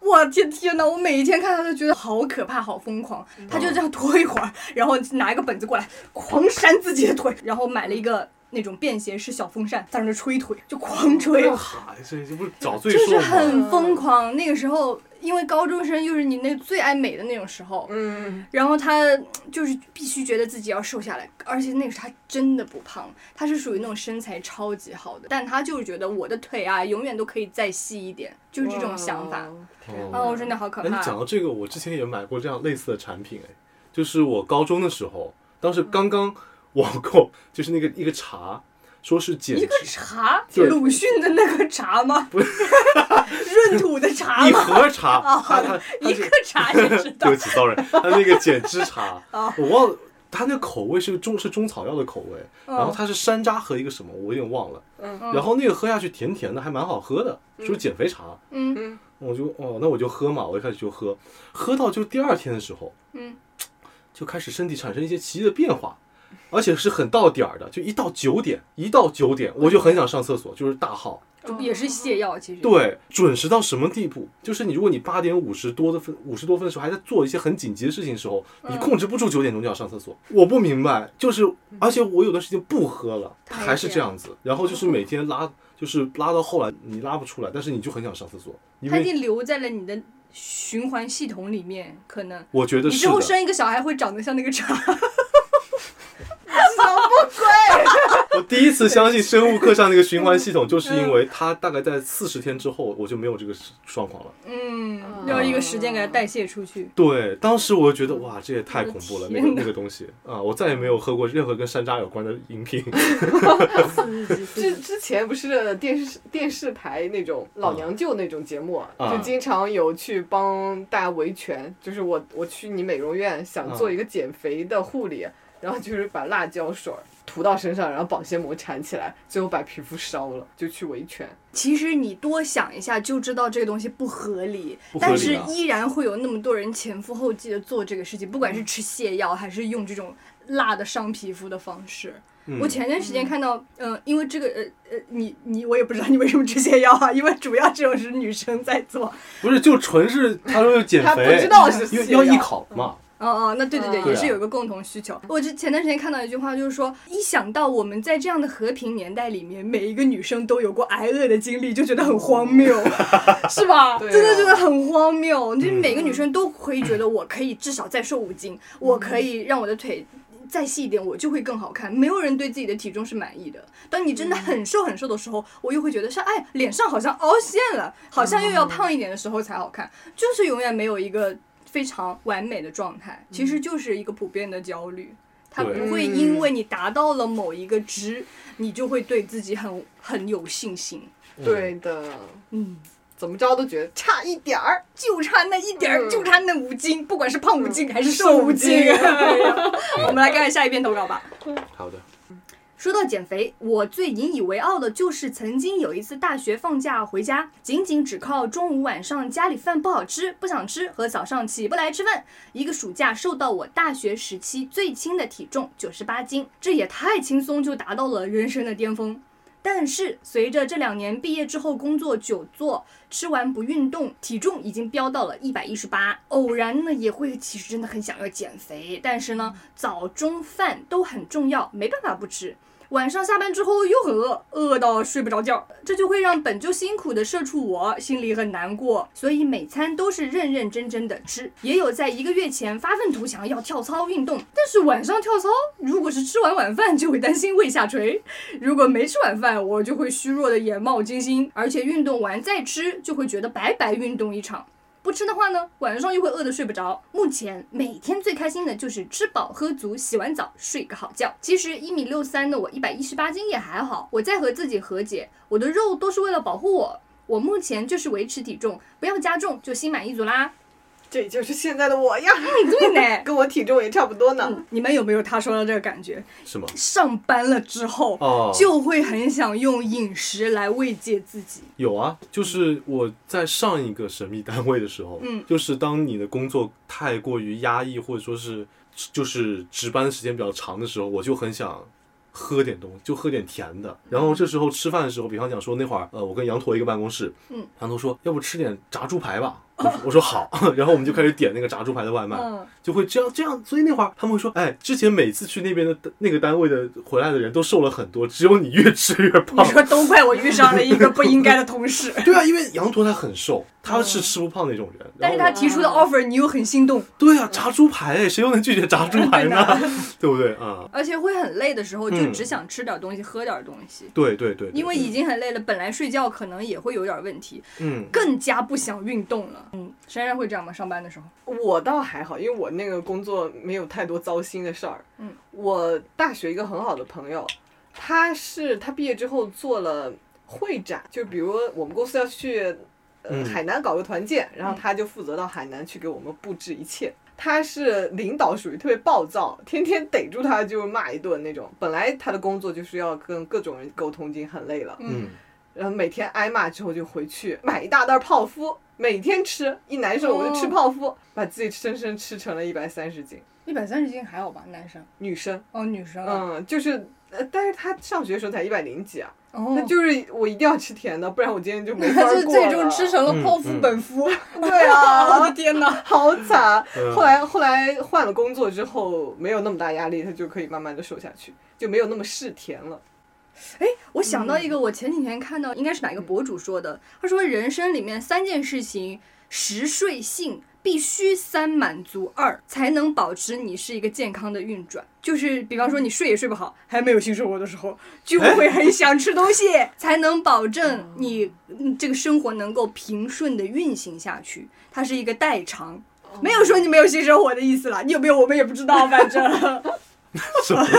S2: 我天天呐，我每一天看他都觉得好可怕，好疯狂。他就这样拖一会儿，然后拿一个本子过来，狂扇自己的腿，然后买了一个那种便携式小风扇，在那儿吹腿，就狂吹。
S1: 哈，哦这这不是找罪
S2: 就是
S1: 受吗？
S2: 很疯狂。那个时候，因为高中生又是你那最爱美的那种时候，
S4: 嗯，
S2: 然后他嗯就是必须觉得自己要瘦下来，而且那个时候他真的不胖，他是属于那种身材超级好的，但他就是觉得我的腿啊，永远都可以再细一点，就是这种想法。
S4: 哇。
S1: 哦
S2: 啊，我真的好可
S1: 哎，你
S2: 怕。
S1: 讲到这个，我之前也买过这样类似的产品，哎，
S7: 嗯
S1: 就是我高中的时候，当时刚刚网购，就是那个一个茶，说是简
S7: 一
S1: 直
S7: 个茶，
S1: 对
S7: 鲁迅的那个茶吗？
S2: (laughs)
S7: 闰土的茶
S1: 一
S7: 吗？哦
S1: 盒茶，
S7: (laughs)
S1: 他他
S7: 一个茶也知道
S1: (laughs)
S7: 哦
S1: 对不。起，sorry，他那个减脂茶，我忘了，他那口味是个中是中草药的口味，
S7: 嗯
S2: 嗯
S1: 然后它是山楂和一个什么，我有点忘了，
S4: 嗯
S1: 然后那个喝下去甜甜的，还蛮好喝的，就是减肥茶，
S7: 嗯
S4: 嗯
S1: 我就哦，那我就喝嘛，我一开始就喝，喝到就第二天的时候，
S7: 嗯，
S1: 就开始身体产生一些奇异的变化。而且是很到点儿的，就一到九点，一到九点我就很想上厕所，就是大号，
S7: 就也是泻药，其实。
S1: 对，准时到什么地步？就是你，如果你八点五十多的分五十多分的时候，还在做一些很紧急的事情的时候，
S7: 嗯
S1: 你控制不住九点钟就要上厕所。我不明白，就是
S7: 嗯
S1: 而且我有段时间不喝了，
S7: 他
S1: 还
S7: 还
S1: 是
S7: 这
S1: 这样子。然后
S7: 嗯
S1: 就是每天拉，就是拉到后来你拉不出来，但是你就很想上厕所，因
S7: 它已
S1: 为
S7: 经留在了你的循环系统里面，可能
S1: 我觉得
S7: 你
S1: 是
S7: 之后
S1: 的。
S7: 生一个小孩会长得像那个茶。
S1: 我第一次相
S7: (laughs)
S1: 信生物课上那个循环
S7: 嗯
S1: 系统，就是因为它大概在四十天之后，我就没有这个状况了。
S7: (laughs) 嗯，要一个时间给它代谢出去。
S1: 对，当时我就觉得哇，这也太恐怖了，那个
S7: 天哪
S1: 那个东西啊，我再也没有喝过任何跟山楂有关的饮品。
S7: 哦
S4: 之之前不是电视电视台那种老娘舅那种节目啊，
S1: 啊
S4: 就经常有去帮大家维权，就是我我去你美容院想做一个减肥的护理，然后就是把辣椒水儿涂到身上，然后保鲜膜缠起来，最后把皮肤烧了，就去维权。
S2: (laughs) 其实你多想一下就知道这个东西不合理，
S1: 不合理
S2: 但
S1: 啊
S2: 是依然会有那么多人前赴后继的做这个事情，不
S7: 嗯
S2: 管是吃泻药还是用这种辣的伤皮肤的方式。
S1: 嗯
S2: 我前段时间看到，嗯、因为这个呃呃，你你我也不知道你
S7: 你为什么吃泻药啊？因为主要这种是女生在做。
S1: 不是，就纯是他说要减
S4: 他不
S1: 肥，
S4: 知道是啊
S1: 因为
S4: 泻
S1: 要
S4: 药
S1: 艺考嘛，
S2: 哦哦，那对对对，
S1: 嗯
S2: 也是有一个共同需求。我之前段时间看到一句话，就是说，一想到我们在这样的和平年代里面，每一个女生都有过挨饿的经历，就觉得很荒谬， (laughs) 是吧？
S4: 对啊
S2: 真的觉得很荒谬，就是每个女生都会觉得，我可以至少再瘦五
S4: 嗯
S2: 斤，我可以让我的腿。再细一点，我就会更好看。没有人对自己的体重是满意的。当你真的很瘦很瘦的时候，我又会觉得是哎，脸上好像凹陷了，好像又要胖一点的时候才好看，就是永远没有一个非常完美的状态，
S4: 嗯
S2: 其实就是一个普遍的焦虑。它
S1: 对
S2: 不会因为你达到了某一个值，你就会对自己很很有信心。
S1: 嗯
S4: 对的，
S2: 嗯，
S4: 怎么着都觉得差一点儿。
S2: 就差那一点儿，
S4: 嗯
S2: 就差那五斤，不管是胖五斤还是瘦五斤。
S4: 瘦五
S2: 哎呀 (laughs) 我们来看看下一篇投稿吧。
S1: 好的，
S2: 说到减肥，我最引以为傲的就是曾经有一次大学放假回家，仅仅只靠中午晚上家里饭不好吃、不想吃和早上起不来吃饭，一个暑假瘦到我大学时期最轻的体重九十八斤，这也太轻松就达到了人生的巅峰。但是随着这两年毕业之后工作久坐，吃完不运动，体重已经飙到了一百一十八。偶然呢也会，其实真的很想要减肥，但是呢早中饭都很重要，没办法不吃。晚上下班之后又很饿，饿到睡不着觉，这就会让本就辛苦的社畜我心里很难过，所以每餐都是认认真真的吃。也有在一个月前发愤图强要跳操运动，但是晚上跳操如果是吃完晚饭就会担心胃下垂，如果没吃晚饭我就会虚弱的眼冒金星，而且运动完再吃就会觉得白白运动一场。不吃的话呢，晚上又会饿得睡不着。目前每天最开心的就是吃饱喝足，洗完澡睡个好觉。其实一米六三的我，一百一十八斤也还好。我在和自己和解，我的肉都是为了保护我。我目前就是维持体重，不要加重就心满意足啦。
S4: 这就是现在的我呀，
S2: 对呢，
S4: 跟我体重也差不多呢。
S7: (laughs) 你们有没有他说的这个感觉？
S1: 是吗？
S7: 上班了之后，
S1: 哦，
S7: 就会很想用饮食来慰藉自己。
S1: 有啊，就是我在上一个神秘单位的时候，
S7: 嗯
S1: 就是当你的工作太过于压抑，或者说是就是值班时间比较长的时候，我就很想。喝点东西，就喝点甜的。然后这时候吃饭的时候，比方讲说那会儿，呃，我跟羊驼一个办公室，
S7: 嗯，
S1: 羊驼说要不吃点炸猪排吧，我说我说好， (laughs) 然后我们就开始点那个炸猪排的外卖，
S7: 嗯，
S1: 就会这样这样，所以那会儿他们会说，哎，之前每次去那边的那个单位的回来的人都瘦了很多，只有你越吃越
S7: 你
S2: (laughs)
S1: 胖。
S7: 说都怪我遇上了一个不应该的同事，
S1: 对啊，因为羊驼他很瘦，他
S2: 嗯
S1: 是吃不胖那种人。
S7: 但是
S1: 然
S7: 他
S1: 后
S7: 提出的 offer 你又很心动，
S1: 对啊，炸猪排哎，谁又能拒绝炸猪排
S2: (laughs)
S1: 呢？ (laughs) 对不对啊？
S7: 而且会很累的时候就
S1: 嗯
S7: 只想吃点东西，喝点东西。
S1: 对对对，对
S7: 因为已经很累了，本来睡觉可能也会有点问题，
S1: 嗯，
S7: 更加不想运动了。嗯，珊珊会这样吗？上班的时候，
S4: 我倒还好，因为我那个工作没有太多糟心的事儿。
S7: 嗯，
S4: 我大学一个很好的朋友，他是他毕业之后做了会展，就比如我们公司要去呃
S1: 嗯
S4: 海南搞个团建，然后他就负责到海南去给我们布置一切。他是领导，属于特别暴躁，天天逮住他就骂一顿那种。本来他的工作就是要跟各种人沟通，已经很累了，
S1: 嗯，
S4: 然呃后每天挨骂之后就回去买一大袋泡芙，每天吃，一难受我就吃
S2: 哦
S4: 泡芙，把自己生生吃成了一百三十斤
S2: 一百三十斤还好吧，男生
S4: 女生。
S2: 哦，女生啊，
S4: 嗯，就是，呃，但是他上学的时候才一百零几啊，那
S7: 嗯
S2: 哦，
S4: 就是我一定要吃甜的，不然我今天就没法
S2: 他
S4: 过
S2: 是最终吃
S4: 什
S2: 成了
S1: 嗯
S2: 泡芙
S1: 嗯
S2: 本夫，
S4: 对
S7: (laughs)
S4: 啊，
S2: 我的天哪！
S4: 好惨。
S1: 嗯
S4: 后来后来换了工作之后，没有那么大压力，他就可以慢慢的瘦下去，就没有那么嗜甜
S2: (laughs)
S4: 了。
S2: 我想到一
S1: 嗯
S2: 个，我前几天看到应该是哪个博主说的，他说人生里面三件事情，食睡性必须三满足二，才能保持你是一个健康的运转。就是比方说你睡也睡不好，还没有性生活的时候，就会很想吃东西，才能保
S1: 哦
S2: 证你嗯这个生活能够平顺的运行下去。它是一个代偿。
S1: 哦
S2: 没有说你没有性生活的意思啦，你有没有我们也不知道，
S1: (laughs)
S2: 反正
S1: 是不是？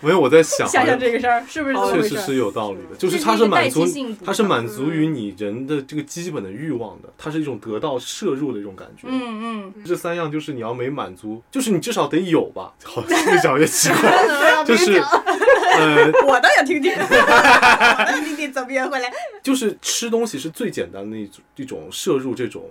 S1: 没有，我在想，
S2: 想想这个事儿是不是这么
S1: 确
S2: 回
S1: 实
S2: 事儿？
S1: 是有道理的，就
S2: 这
S1: 是
S2: 是
S1: 它
S2: 一
S1: 是
S2: 个
S1: 满
S2: 代
S1: 足
S2: 替性，补
S1: 它是
S2: 偿嗯
S1: 满足于你人的这个基本的欲望的，它是一种得到摄入的一种感觉。
S2: 嗯嗯，
S1: 这三样就是你要没满足，就是你至少得有
S2: (laughs)
S1: 吧。好，越讲越奇
S4: (laughs)
S1: 怪，就是呃，
S8: 我倒想听
S2: (laughs)
S8: 听，我倒想听听怎么圆回来。
S1: 就是吃东西是最简单的一种一种摄入这种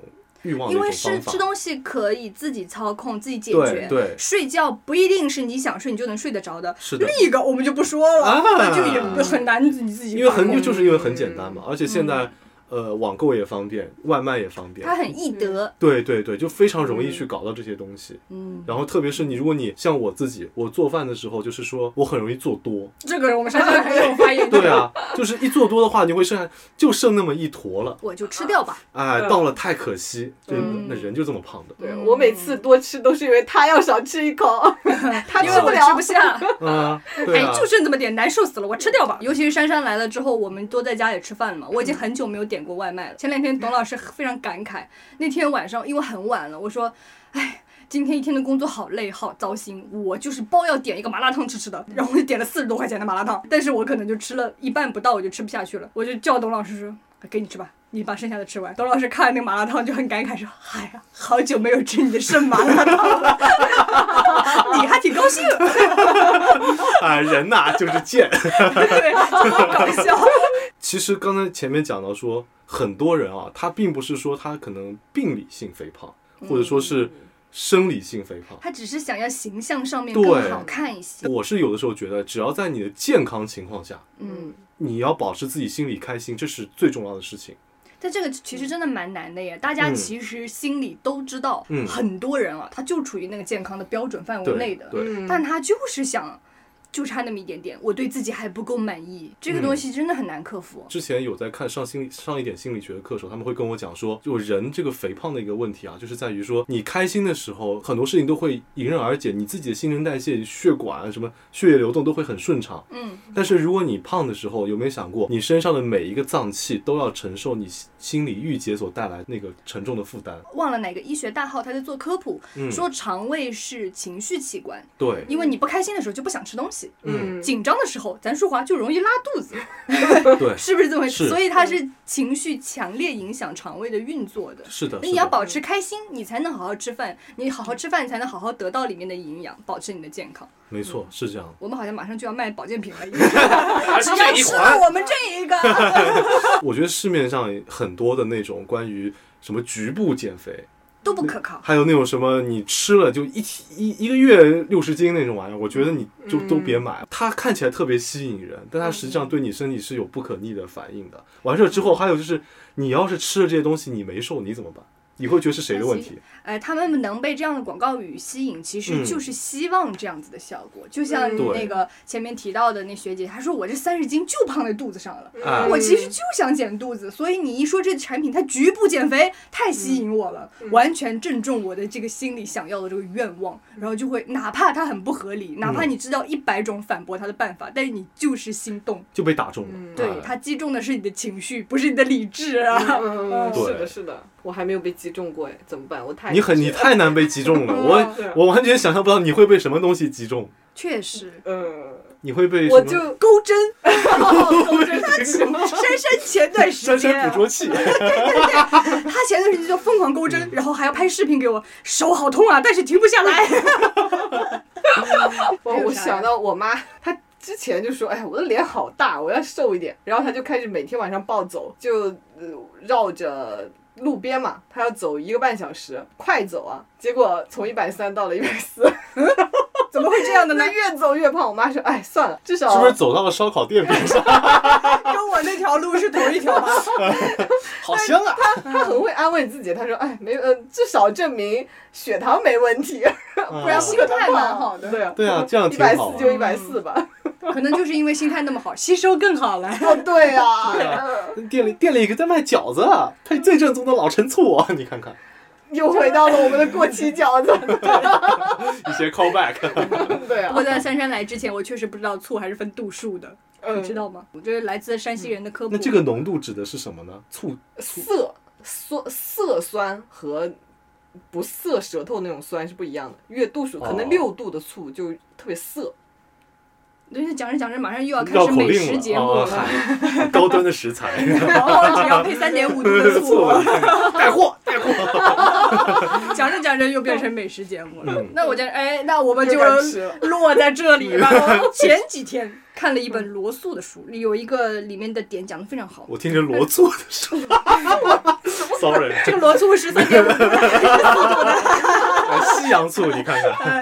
S1: 欲望的
S2: 因
S1: 一
S2: 为
S1: 种
S2: 是
S1: 方法。
S2: 吃东西可以自己操控、自己解
S1: 对
S2: 决，
S1: 对，
S2: 睡觉不一定是你想睡你就能睡得着的。
S1: 是的。
S2: 另一个我们就不说了，
S1: 啊
S2: 那就也很难你自己
S1: 因为很
S2: 把控
S1: 就是因为很简
S2: 嗯
S1: 单嘛，而且现在、呃网购也方便，外卖也方便
S2: 它，很易得，
S1: 对对对，就非常容易去搞到这些东西。
S2: 嗯，
S1: 然后特别是你，如果你像我自己，我做饭的时候就是说我很容易做
S2: (laughs)
S1: 多，
S2: 这个我们
S4: (laughs)
S2: 上次还有发言
S1: 对啊，就是一做多的话，你会剩下就剩那么一坨了，
S2: 我就吃掉吧，
S1: 哎，
S4: 嗯
S1: 到了太可惜，就
S2: 嗯
S1: 那人就这么胖
S2: (laughs)
S1: 的，
S4: 对
S2: 嗯
S4: 我每次多吃都是因为他要少吃
S2: (laughs)
S4: 一口，他
S2: 因
S4: 吃
S2: 为
S4: 不
S2: 我吃
S4: 了
S2: 不。下，
S1: 啊，
S2: (laughs)
S1: 对
S2: 哎
S1: 啊，，
S2: 就剩这么点，难受死了，我吃掉吧。尤其是珊珊来了之后，我们都在家里吃饭了
S1: 嗯
S2: 嘛。我已经很久没有点过外卖了。前两天董老师非常感慨，那天晚上因为很晚了，我说，哎。今天一天的工作好累，好糟心。我就是包要点一个麻辣烫吃吃的，
S1: 嗯
S2: 然后我就点了四十多块钱的麻辣烫，但是我可能就吃了一半不到，我就吃不下去了。我就叫董老师说：“哎给你吃吧，你把剩下的吃完。”董老师看完那个麻辣烫就很感慨说：“哎呀，好久没有吃你的剩麻辣烫了， (laughs) 你还挺高兴。”
S1: 啊，人呐就是贱。 (laughs)
S2: 对，搞笑。
S1: 其实刚才前面讲到说，很多人啊，他并不是说他可能病理性肥胖，
S2: 嗯
S1: 或者说是生理性肥胖。
S2: (laughs) 他只是想要形象上面
S1: 对
S2: 更好看一些。
S1: 我是有的时候觉得，只要在你的健康情况下，
S2: 嗯，
S1: 你要保持自己心里开心，这是最重要的事情。
S2: 但这个其实真的蛮难的耶。大家
S1: 嗯
S2: 其实心里都知道，
S1: 嗯
S2: 很多人啊，他就处于那个健康的标准范围
S1: 对
S2: 内的，
S1: 对，
S4: 嗯
S2: 但他就是想。就差那么一点点，我对自己还不够满意，这个
S1: 嗯
S2: 东西真的很难克服。
S1: 之前有在看上心理上一点心理学的课的时候，他们会跟我讲说，就人这个肥胖的一个问题啊，就是在于说，你开心的时候，很多事情都会迎刃而解，你自己的新陈代谢、血管啊什么血液流动都会很顺畅。
S2: 嗯，
S1: 但是如果你胖的时候，有没有想过，你身上的每一个脏器都要承受你心心理郁结所带来那个沉重的负担？
S2: 忘了哪个医学大号他在做科普，
S1: 嗯，
S2: 说肠胃是情绪器官，
S1: 对，
S2: 因为你不开心的时候就不想吃东西，
S1: 嗯，
S2: 紧张的时候，咱说话就容易拉肚子， (laughs)
S1: 对，
S2: 是不是这么回事？
S1: 是
S2: 所以它是情绪强烈影响肠胃的运作的。
S1: 是的，
S2: 那
S1: 是
S2: 你要
S1: 的
S2: 保持开心，你才能好好吃饭。你好好吃饭，你才能好好得到里面的营养，保持你的健康。
S1: 没错，
S2: 嗯
S1: 是这样的。
S2: 我们好像马上就要卖保健品了，
S1: (laughs) 而且
S2: 要吃了我们这一个。
S1: (laughs) 我觉得市面上很多的那种关于什么局部减肥，
S2: 都不可靠。
S1: 还有那种什么你吃了就一天一一个月六十斤那种玩意儿，我觉得你就都别买。它看起来特别吸引人，但它实际上对你身体是有不可逆的反应的。完事儿之后，还有就是你要是吃了这些东西你没瘦，你怎么办？你会觉得是谁的问题？
S2: 哎，他们能被这样的广告语吸引，其实
S1: 嗯
S2: 就是希望这样子的效果。就像
S4: 嗯
S1: 对
S2: 那个前面提到的那学姐，她说我这三十斤就胖在肚子上了。
S1: 哎
S2: 我其实
S4: 嗯
S2: 就想减肚子，所以你一说这个产品它局部减肥太吸引我了，完全正中我的这个心里想要的这个愿望，然后就会哪怕它很不合理，哪
S1: 嗯
S2: 怕你知道一百种反驳它的办法，但是你就是心动，
S1: 就被打中了。
S4: 嗯
S2: 对
S1: 哎
S2: 它击中的是你的情绪，不是你的理智啊。
S4: 嗯，是
S1: 对
S4: 的，是的，我还没有被击中过哎，怎么办？我太
S1: 你很你太难被击中了，我
S4: 对
S1: 我完全想象不到你会被什么东西击中。
S2: 确实，
S1: (laughs)
S4: 嗯，
S1: 你会被
S4: 我
S1: 什么
S4: 就
S2: 钩 (laughs) 针，
S4: 是
S2: 珊珊前段时
S1: 珊
S2: 间
S1: 珊
S2: 啊
S1: 捕捉器，
S2: 他前段时间就疯狂钩针，
S1: 嗯
S2: 然后还要拍视频给我，手好痛啊，但是停不下 (laughs) 来。
S4: 我我想到我妈，她之前就说，哎，我的脸好大，我要瘦一点。然后她就开始每天晚上暴走，就、呃、绕着路边嘛，她要走一个半小时，快走啊。结果从一百三到了一百
S2: (laughs)
S4: 四，
S2: 怎么会这样的呢
S4: 那？越走越胖。我妈说，哎，算了，至少
S1: 是不是走到了烧烤店边上？
S2: 跟我那条路是同一条吗？
S1: 好香 (laughs) 啊！
S4: 她很会安慰自己，她说，哎，没，呃，至少证明血糖没问题，不然不可能
S9: 心态
S4: 胖
S9: 蛮好的
S4: 对啊，
S1: 对啊，这样
S4: 一
S1: 挺
S4: 百
S1: 好啊
S4: 四。就一百四吧。
S2: 可能就是因为心态那么好，吸收更好了。
S4: 哦，对啊，
S1: 对啊，店里店里一个在卖饺子啊，他最正宗的老陈醋啊，你看看
S4: 又回到了我们的过期饺子。
S1: 一些 callback。
S4: 对
S2: 不
S4: 啊
S2: 过，在杉杉来之前，我确实不知道醋还是分度数的，你知道吗？我这是来自山西人的科普。
S1: 嗯那这个浓度指的是什么呢？醋
S4: 呃涩酸涩酸和不涩舌头那种酸是不一样的，越度数可
S1: 哦
S4: 能六度的醋就特别涩。
S2: 人家讲着讲着，马上又要开
S1: 绕
S2: 始
S1: 口
S2: 美
S1: 令
S2: 食
S1: 了
S2: 节目
S1: 哦
S2: 了，
S1: 嗨高端的食材，
S2: 然后只要配三点五度的醋
S1: (laughs) 醋，你看看 (laughs) 带货带货。
S2: 讲着讲着又变成美食节目了。
S1: 嗯
S2: (laughs) 那我就哎，那我们就
S4: 又该吃了
S2: 落在这里
S1: (laughs)
S2: 吧。前几天看了一本罗素的书，有一个里面的点讲的非常好。
S1: 我听着罗醋的 (laughs) 声音，sorry，
S2: 这个罗素是三点五度的，
S1: 呃西洋醋你看看，
S2: 呃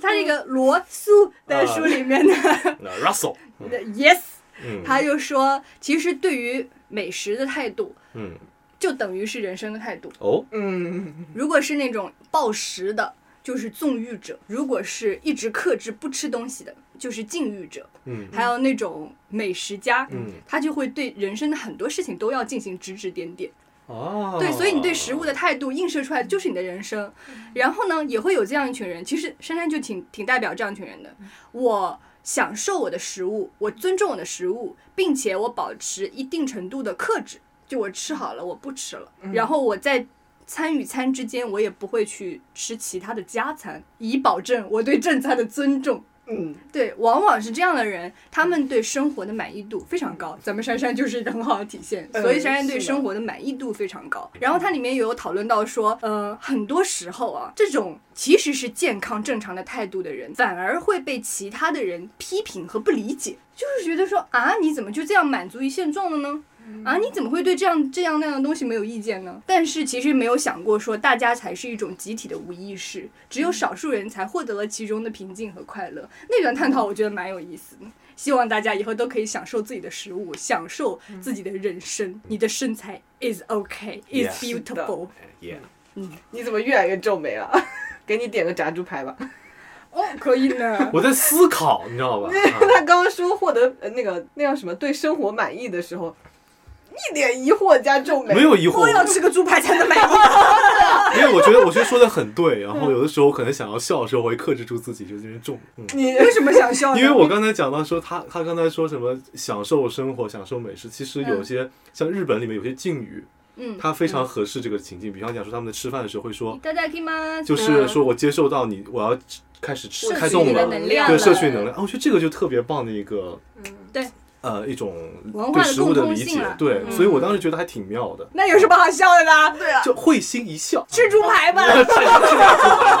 S2: 它这个罗素
S1: 啊
S2: 的书里面的 (laughs)
S1: 那呃 Russell，
S2: 的 yes，
S1: 嗯
S2: 他就说，其实对于美食的态度，
S1: 嗯，
S2: 就等于是人生的态度。
S1: 哦，
S4: 嗯，
S2: 如果是那种暴食的，就是纵欲者；如果是一直克制不吃东西的，就是禁欲者。
S1: 嗯
S2: 还有那种美食家，
S1: 嗯
S2: 他就会对人生的很多事情都要进行指指点点。
S1: 哦，
S2: 对，所以你对食物的态度映射出来的就是你的人生。然后呢，也会有这样一群人，其实珊珊就挺挺代表这样一群人的。我享受我的食物，我尊重我的食物，并且我保持一定程度的克制，就我吃好了，我不吃了。然后我在餐与餐之间，我也不会去吃其他的加餐，以保证我对正餐的尊重。
S4: 嗯，
S2: 对，往往是这样的人，他们对生活的满意度非常高。咱们珊珊就是一个很好的体现，
S4: 嗯
S2: 所以珊珊对
S4: 是的
S2: 生活的满意度非常高。然后它里面也有讨论到说，呃，很多时候啊，这种其实是健康正常的态度的人，反而会被其他的人批评和不理解，就是觉得说啊，你怎么就这样满足于现状了呢？啊，你怎么会对这样这样那样的东西没有意见呢？但是其实没有想过说，大家才是一种集体的无意识，只有少数人才获得了其中的平静和快乐。那段探讨我觉得蛮有意思的，希望大家以后都可以享受自己的食物，享受自己的人生。你的身材 is okay, is
S1: Yes.
S2: beautiful。
S1: 耶，
S4: 你怎么越来越皱眉了？ (laughs) 给你点个炸猪排吧。
S2: 哦，可以呢。
S1: (laughs) 我在思考，你知道 (laughs) 吧？啊
S4: (laughs) 他刚刚说获得呃那个那叫什么对生活满意的时候，一脸疑惑加皱眉。
S1: 没有疑惑，
S2: 都要吃个猪排才能
S1: (laughs)
S2: 满意。
S1: 因为我觉得我觉得说的很 (laughs) 对，然后有的时候我可能想要笑的时候，我会克制住自己，就在那边重，嗯。
S4: 你
S2: 为什么想笑
S4: (laughs)
S2: 呢？
S1: 因为我刚才讲到说他他刚才说什么享受生活、享受美食，其实有些、像日本里面有些敬语，
S2: 嗯，
S1: 它非常合适这个情境。比方讲说他们在吃饭的时候会说，
S2: 大家可以吗？
S1: 就是说我接受到你，我要开始吃
S2: 嗯摄
S1: 开
S2: 取
S1: 动
S2: 你的
S1: 了，
S2: 能量了，
S1: 对摄取能量。啊，我觉得这个就特别棒的一个，
S2: 对，
S1: 呃，一种
S2: 文化
S1: 对
S2: 的
S1: 食物
S2: 共
S1: 的
S2: 通
S1: 理
S2: 性
S1: 解
S2: 了，嗯
S1: 对，所以我当时觉得还挺妙的，
S2: 那有什么好笑的呢？对啊，
S1: 就会心一
S2: (laughs)
S1: 笑。
S2: 吃猪排吧， (laughs) 吃点猪排吧。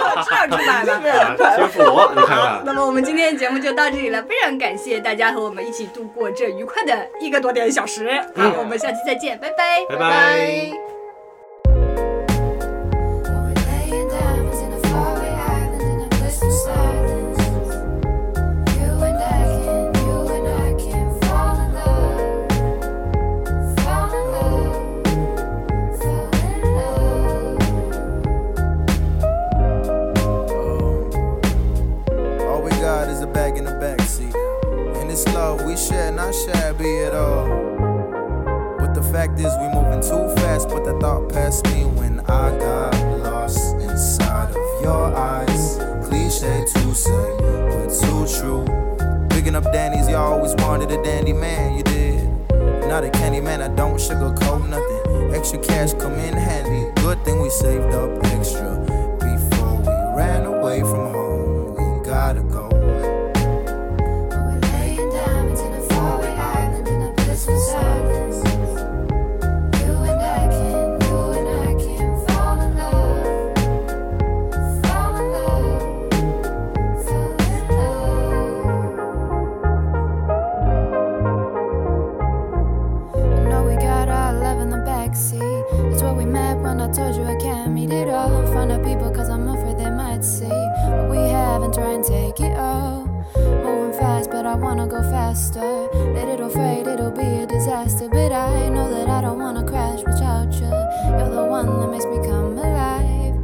S2: (laughs)
S1: 啊天妇罗，你看
S2: 那
S1: 看，
S2: 么我们今天的节目就到这里了，非常感谢大家和我们一起度过这愉快的一个多点小时。好，我们下期再见，拜拜，
S1: 拜拜。
S10: We're laying diamonds in a faraway island in a crystal silence. You and I can, you and I can fall in love, fall in love, fall in
S3: All we got is a bag in the backseat. And this love we share, not shabby at all. But the fact is, we moving too fast. But the thought passed me when I got lost inside of your eyes. Cliche to say, but too true. Picking up dandies, you always wanted a dandy man, you did. Not a candy man, I don't sugarcoat nothing. Extra cash come in handy. Good thing we saved up extra before we ran away from home. We gotta go.
S10: love. wanna go faster. That it'll fade, it'll be a disaster. But I know that I don't wanna crash without you. You're the one that makes me come alive.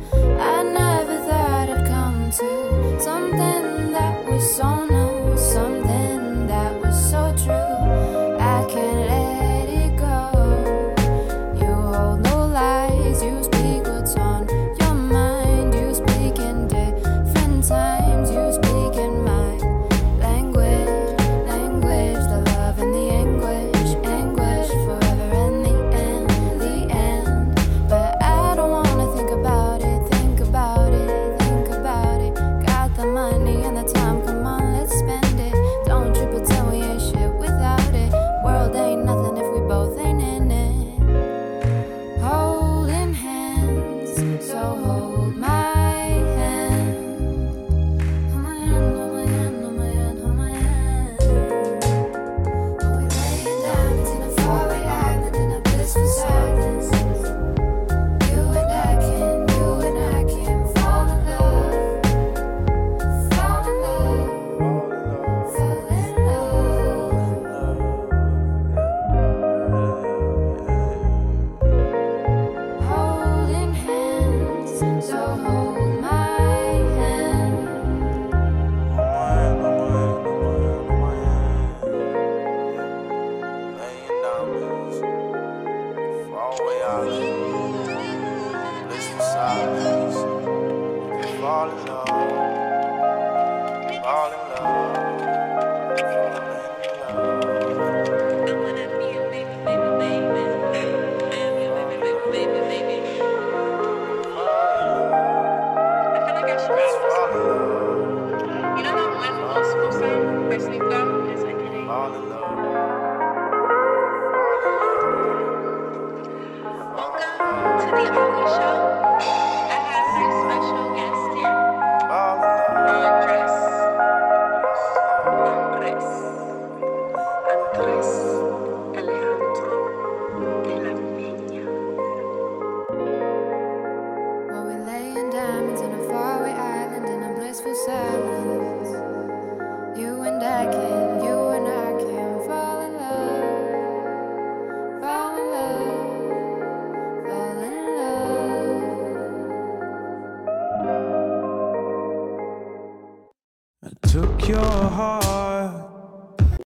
S10: I never thought I'd come to something that was so new, something that was so true. I can't let it go. You hold no lies, you speak what's on your mind. You speak in different times, you speak in my language, language, the love and the anguish, anguish forever in the end, the end. But I don't wanna think about it, think about it, think about it. Got the money and the time, come on, let's spend it. Don't you pretend we ain't shit without it. World ain't nothing if we both ain't in it holding hands. So hold my hand. Hold my hand, hold my hand, hold my hand, hold my hand. We're laying diamonds in a faraway island in a blissful silence. You and I can, you and I can fall in love. Fall in love. Fall in love. Holding hands, so hold my hand.
S3: Fall in love, fall in love, fall in love. All in love.
S11: Welcome to the Ugly Show.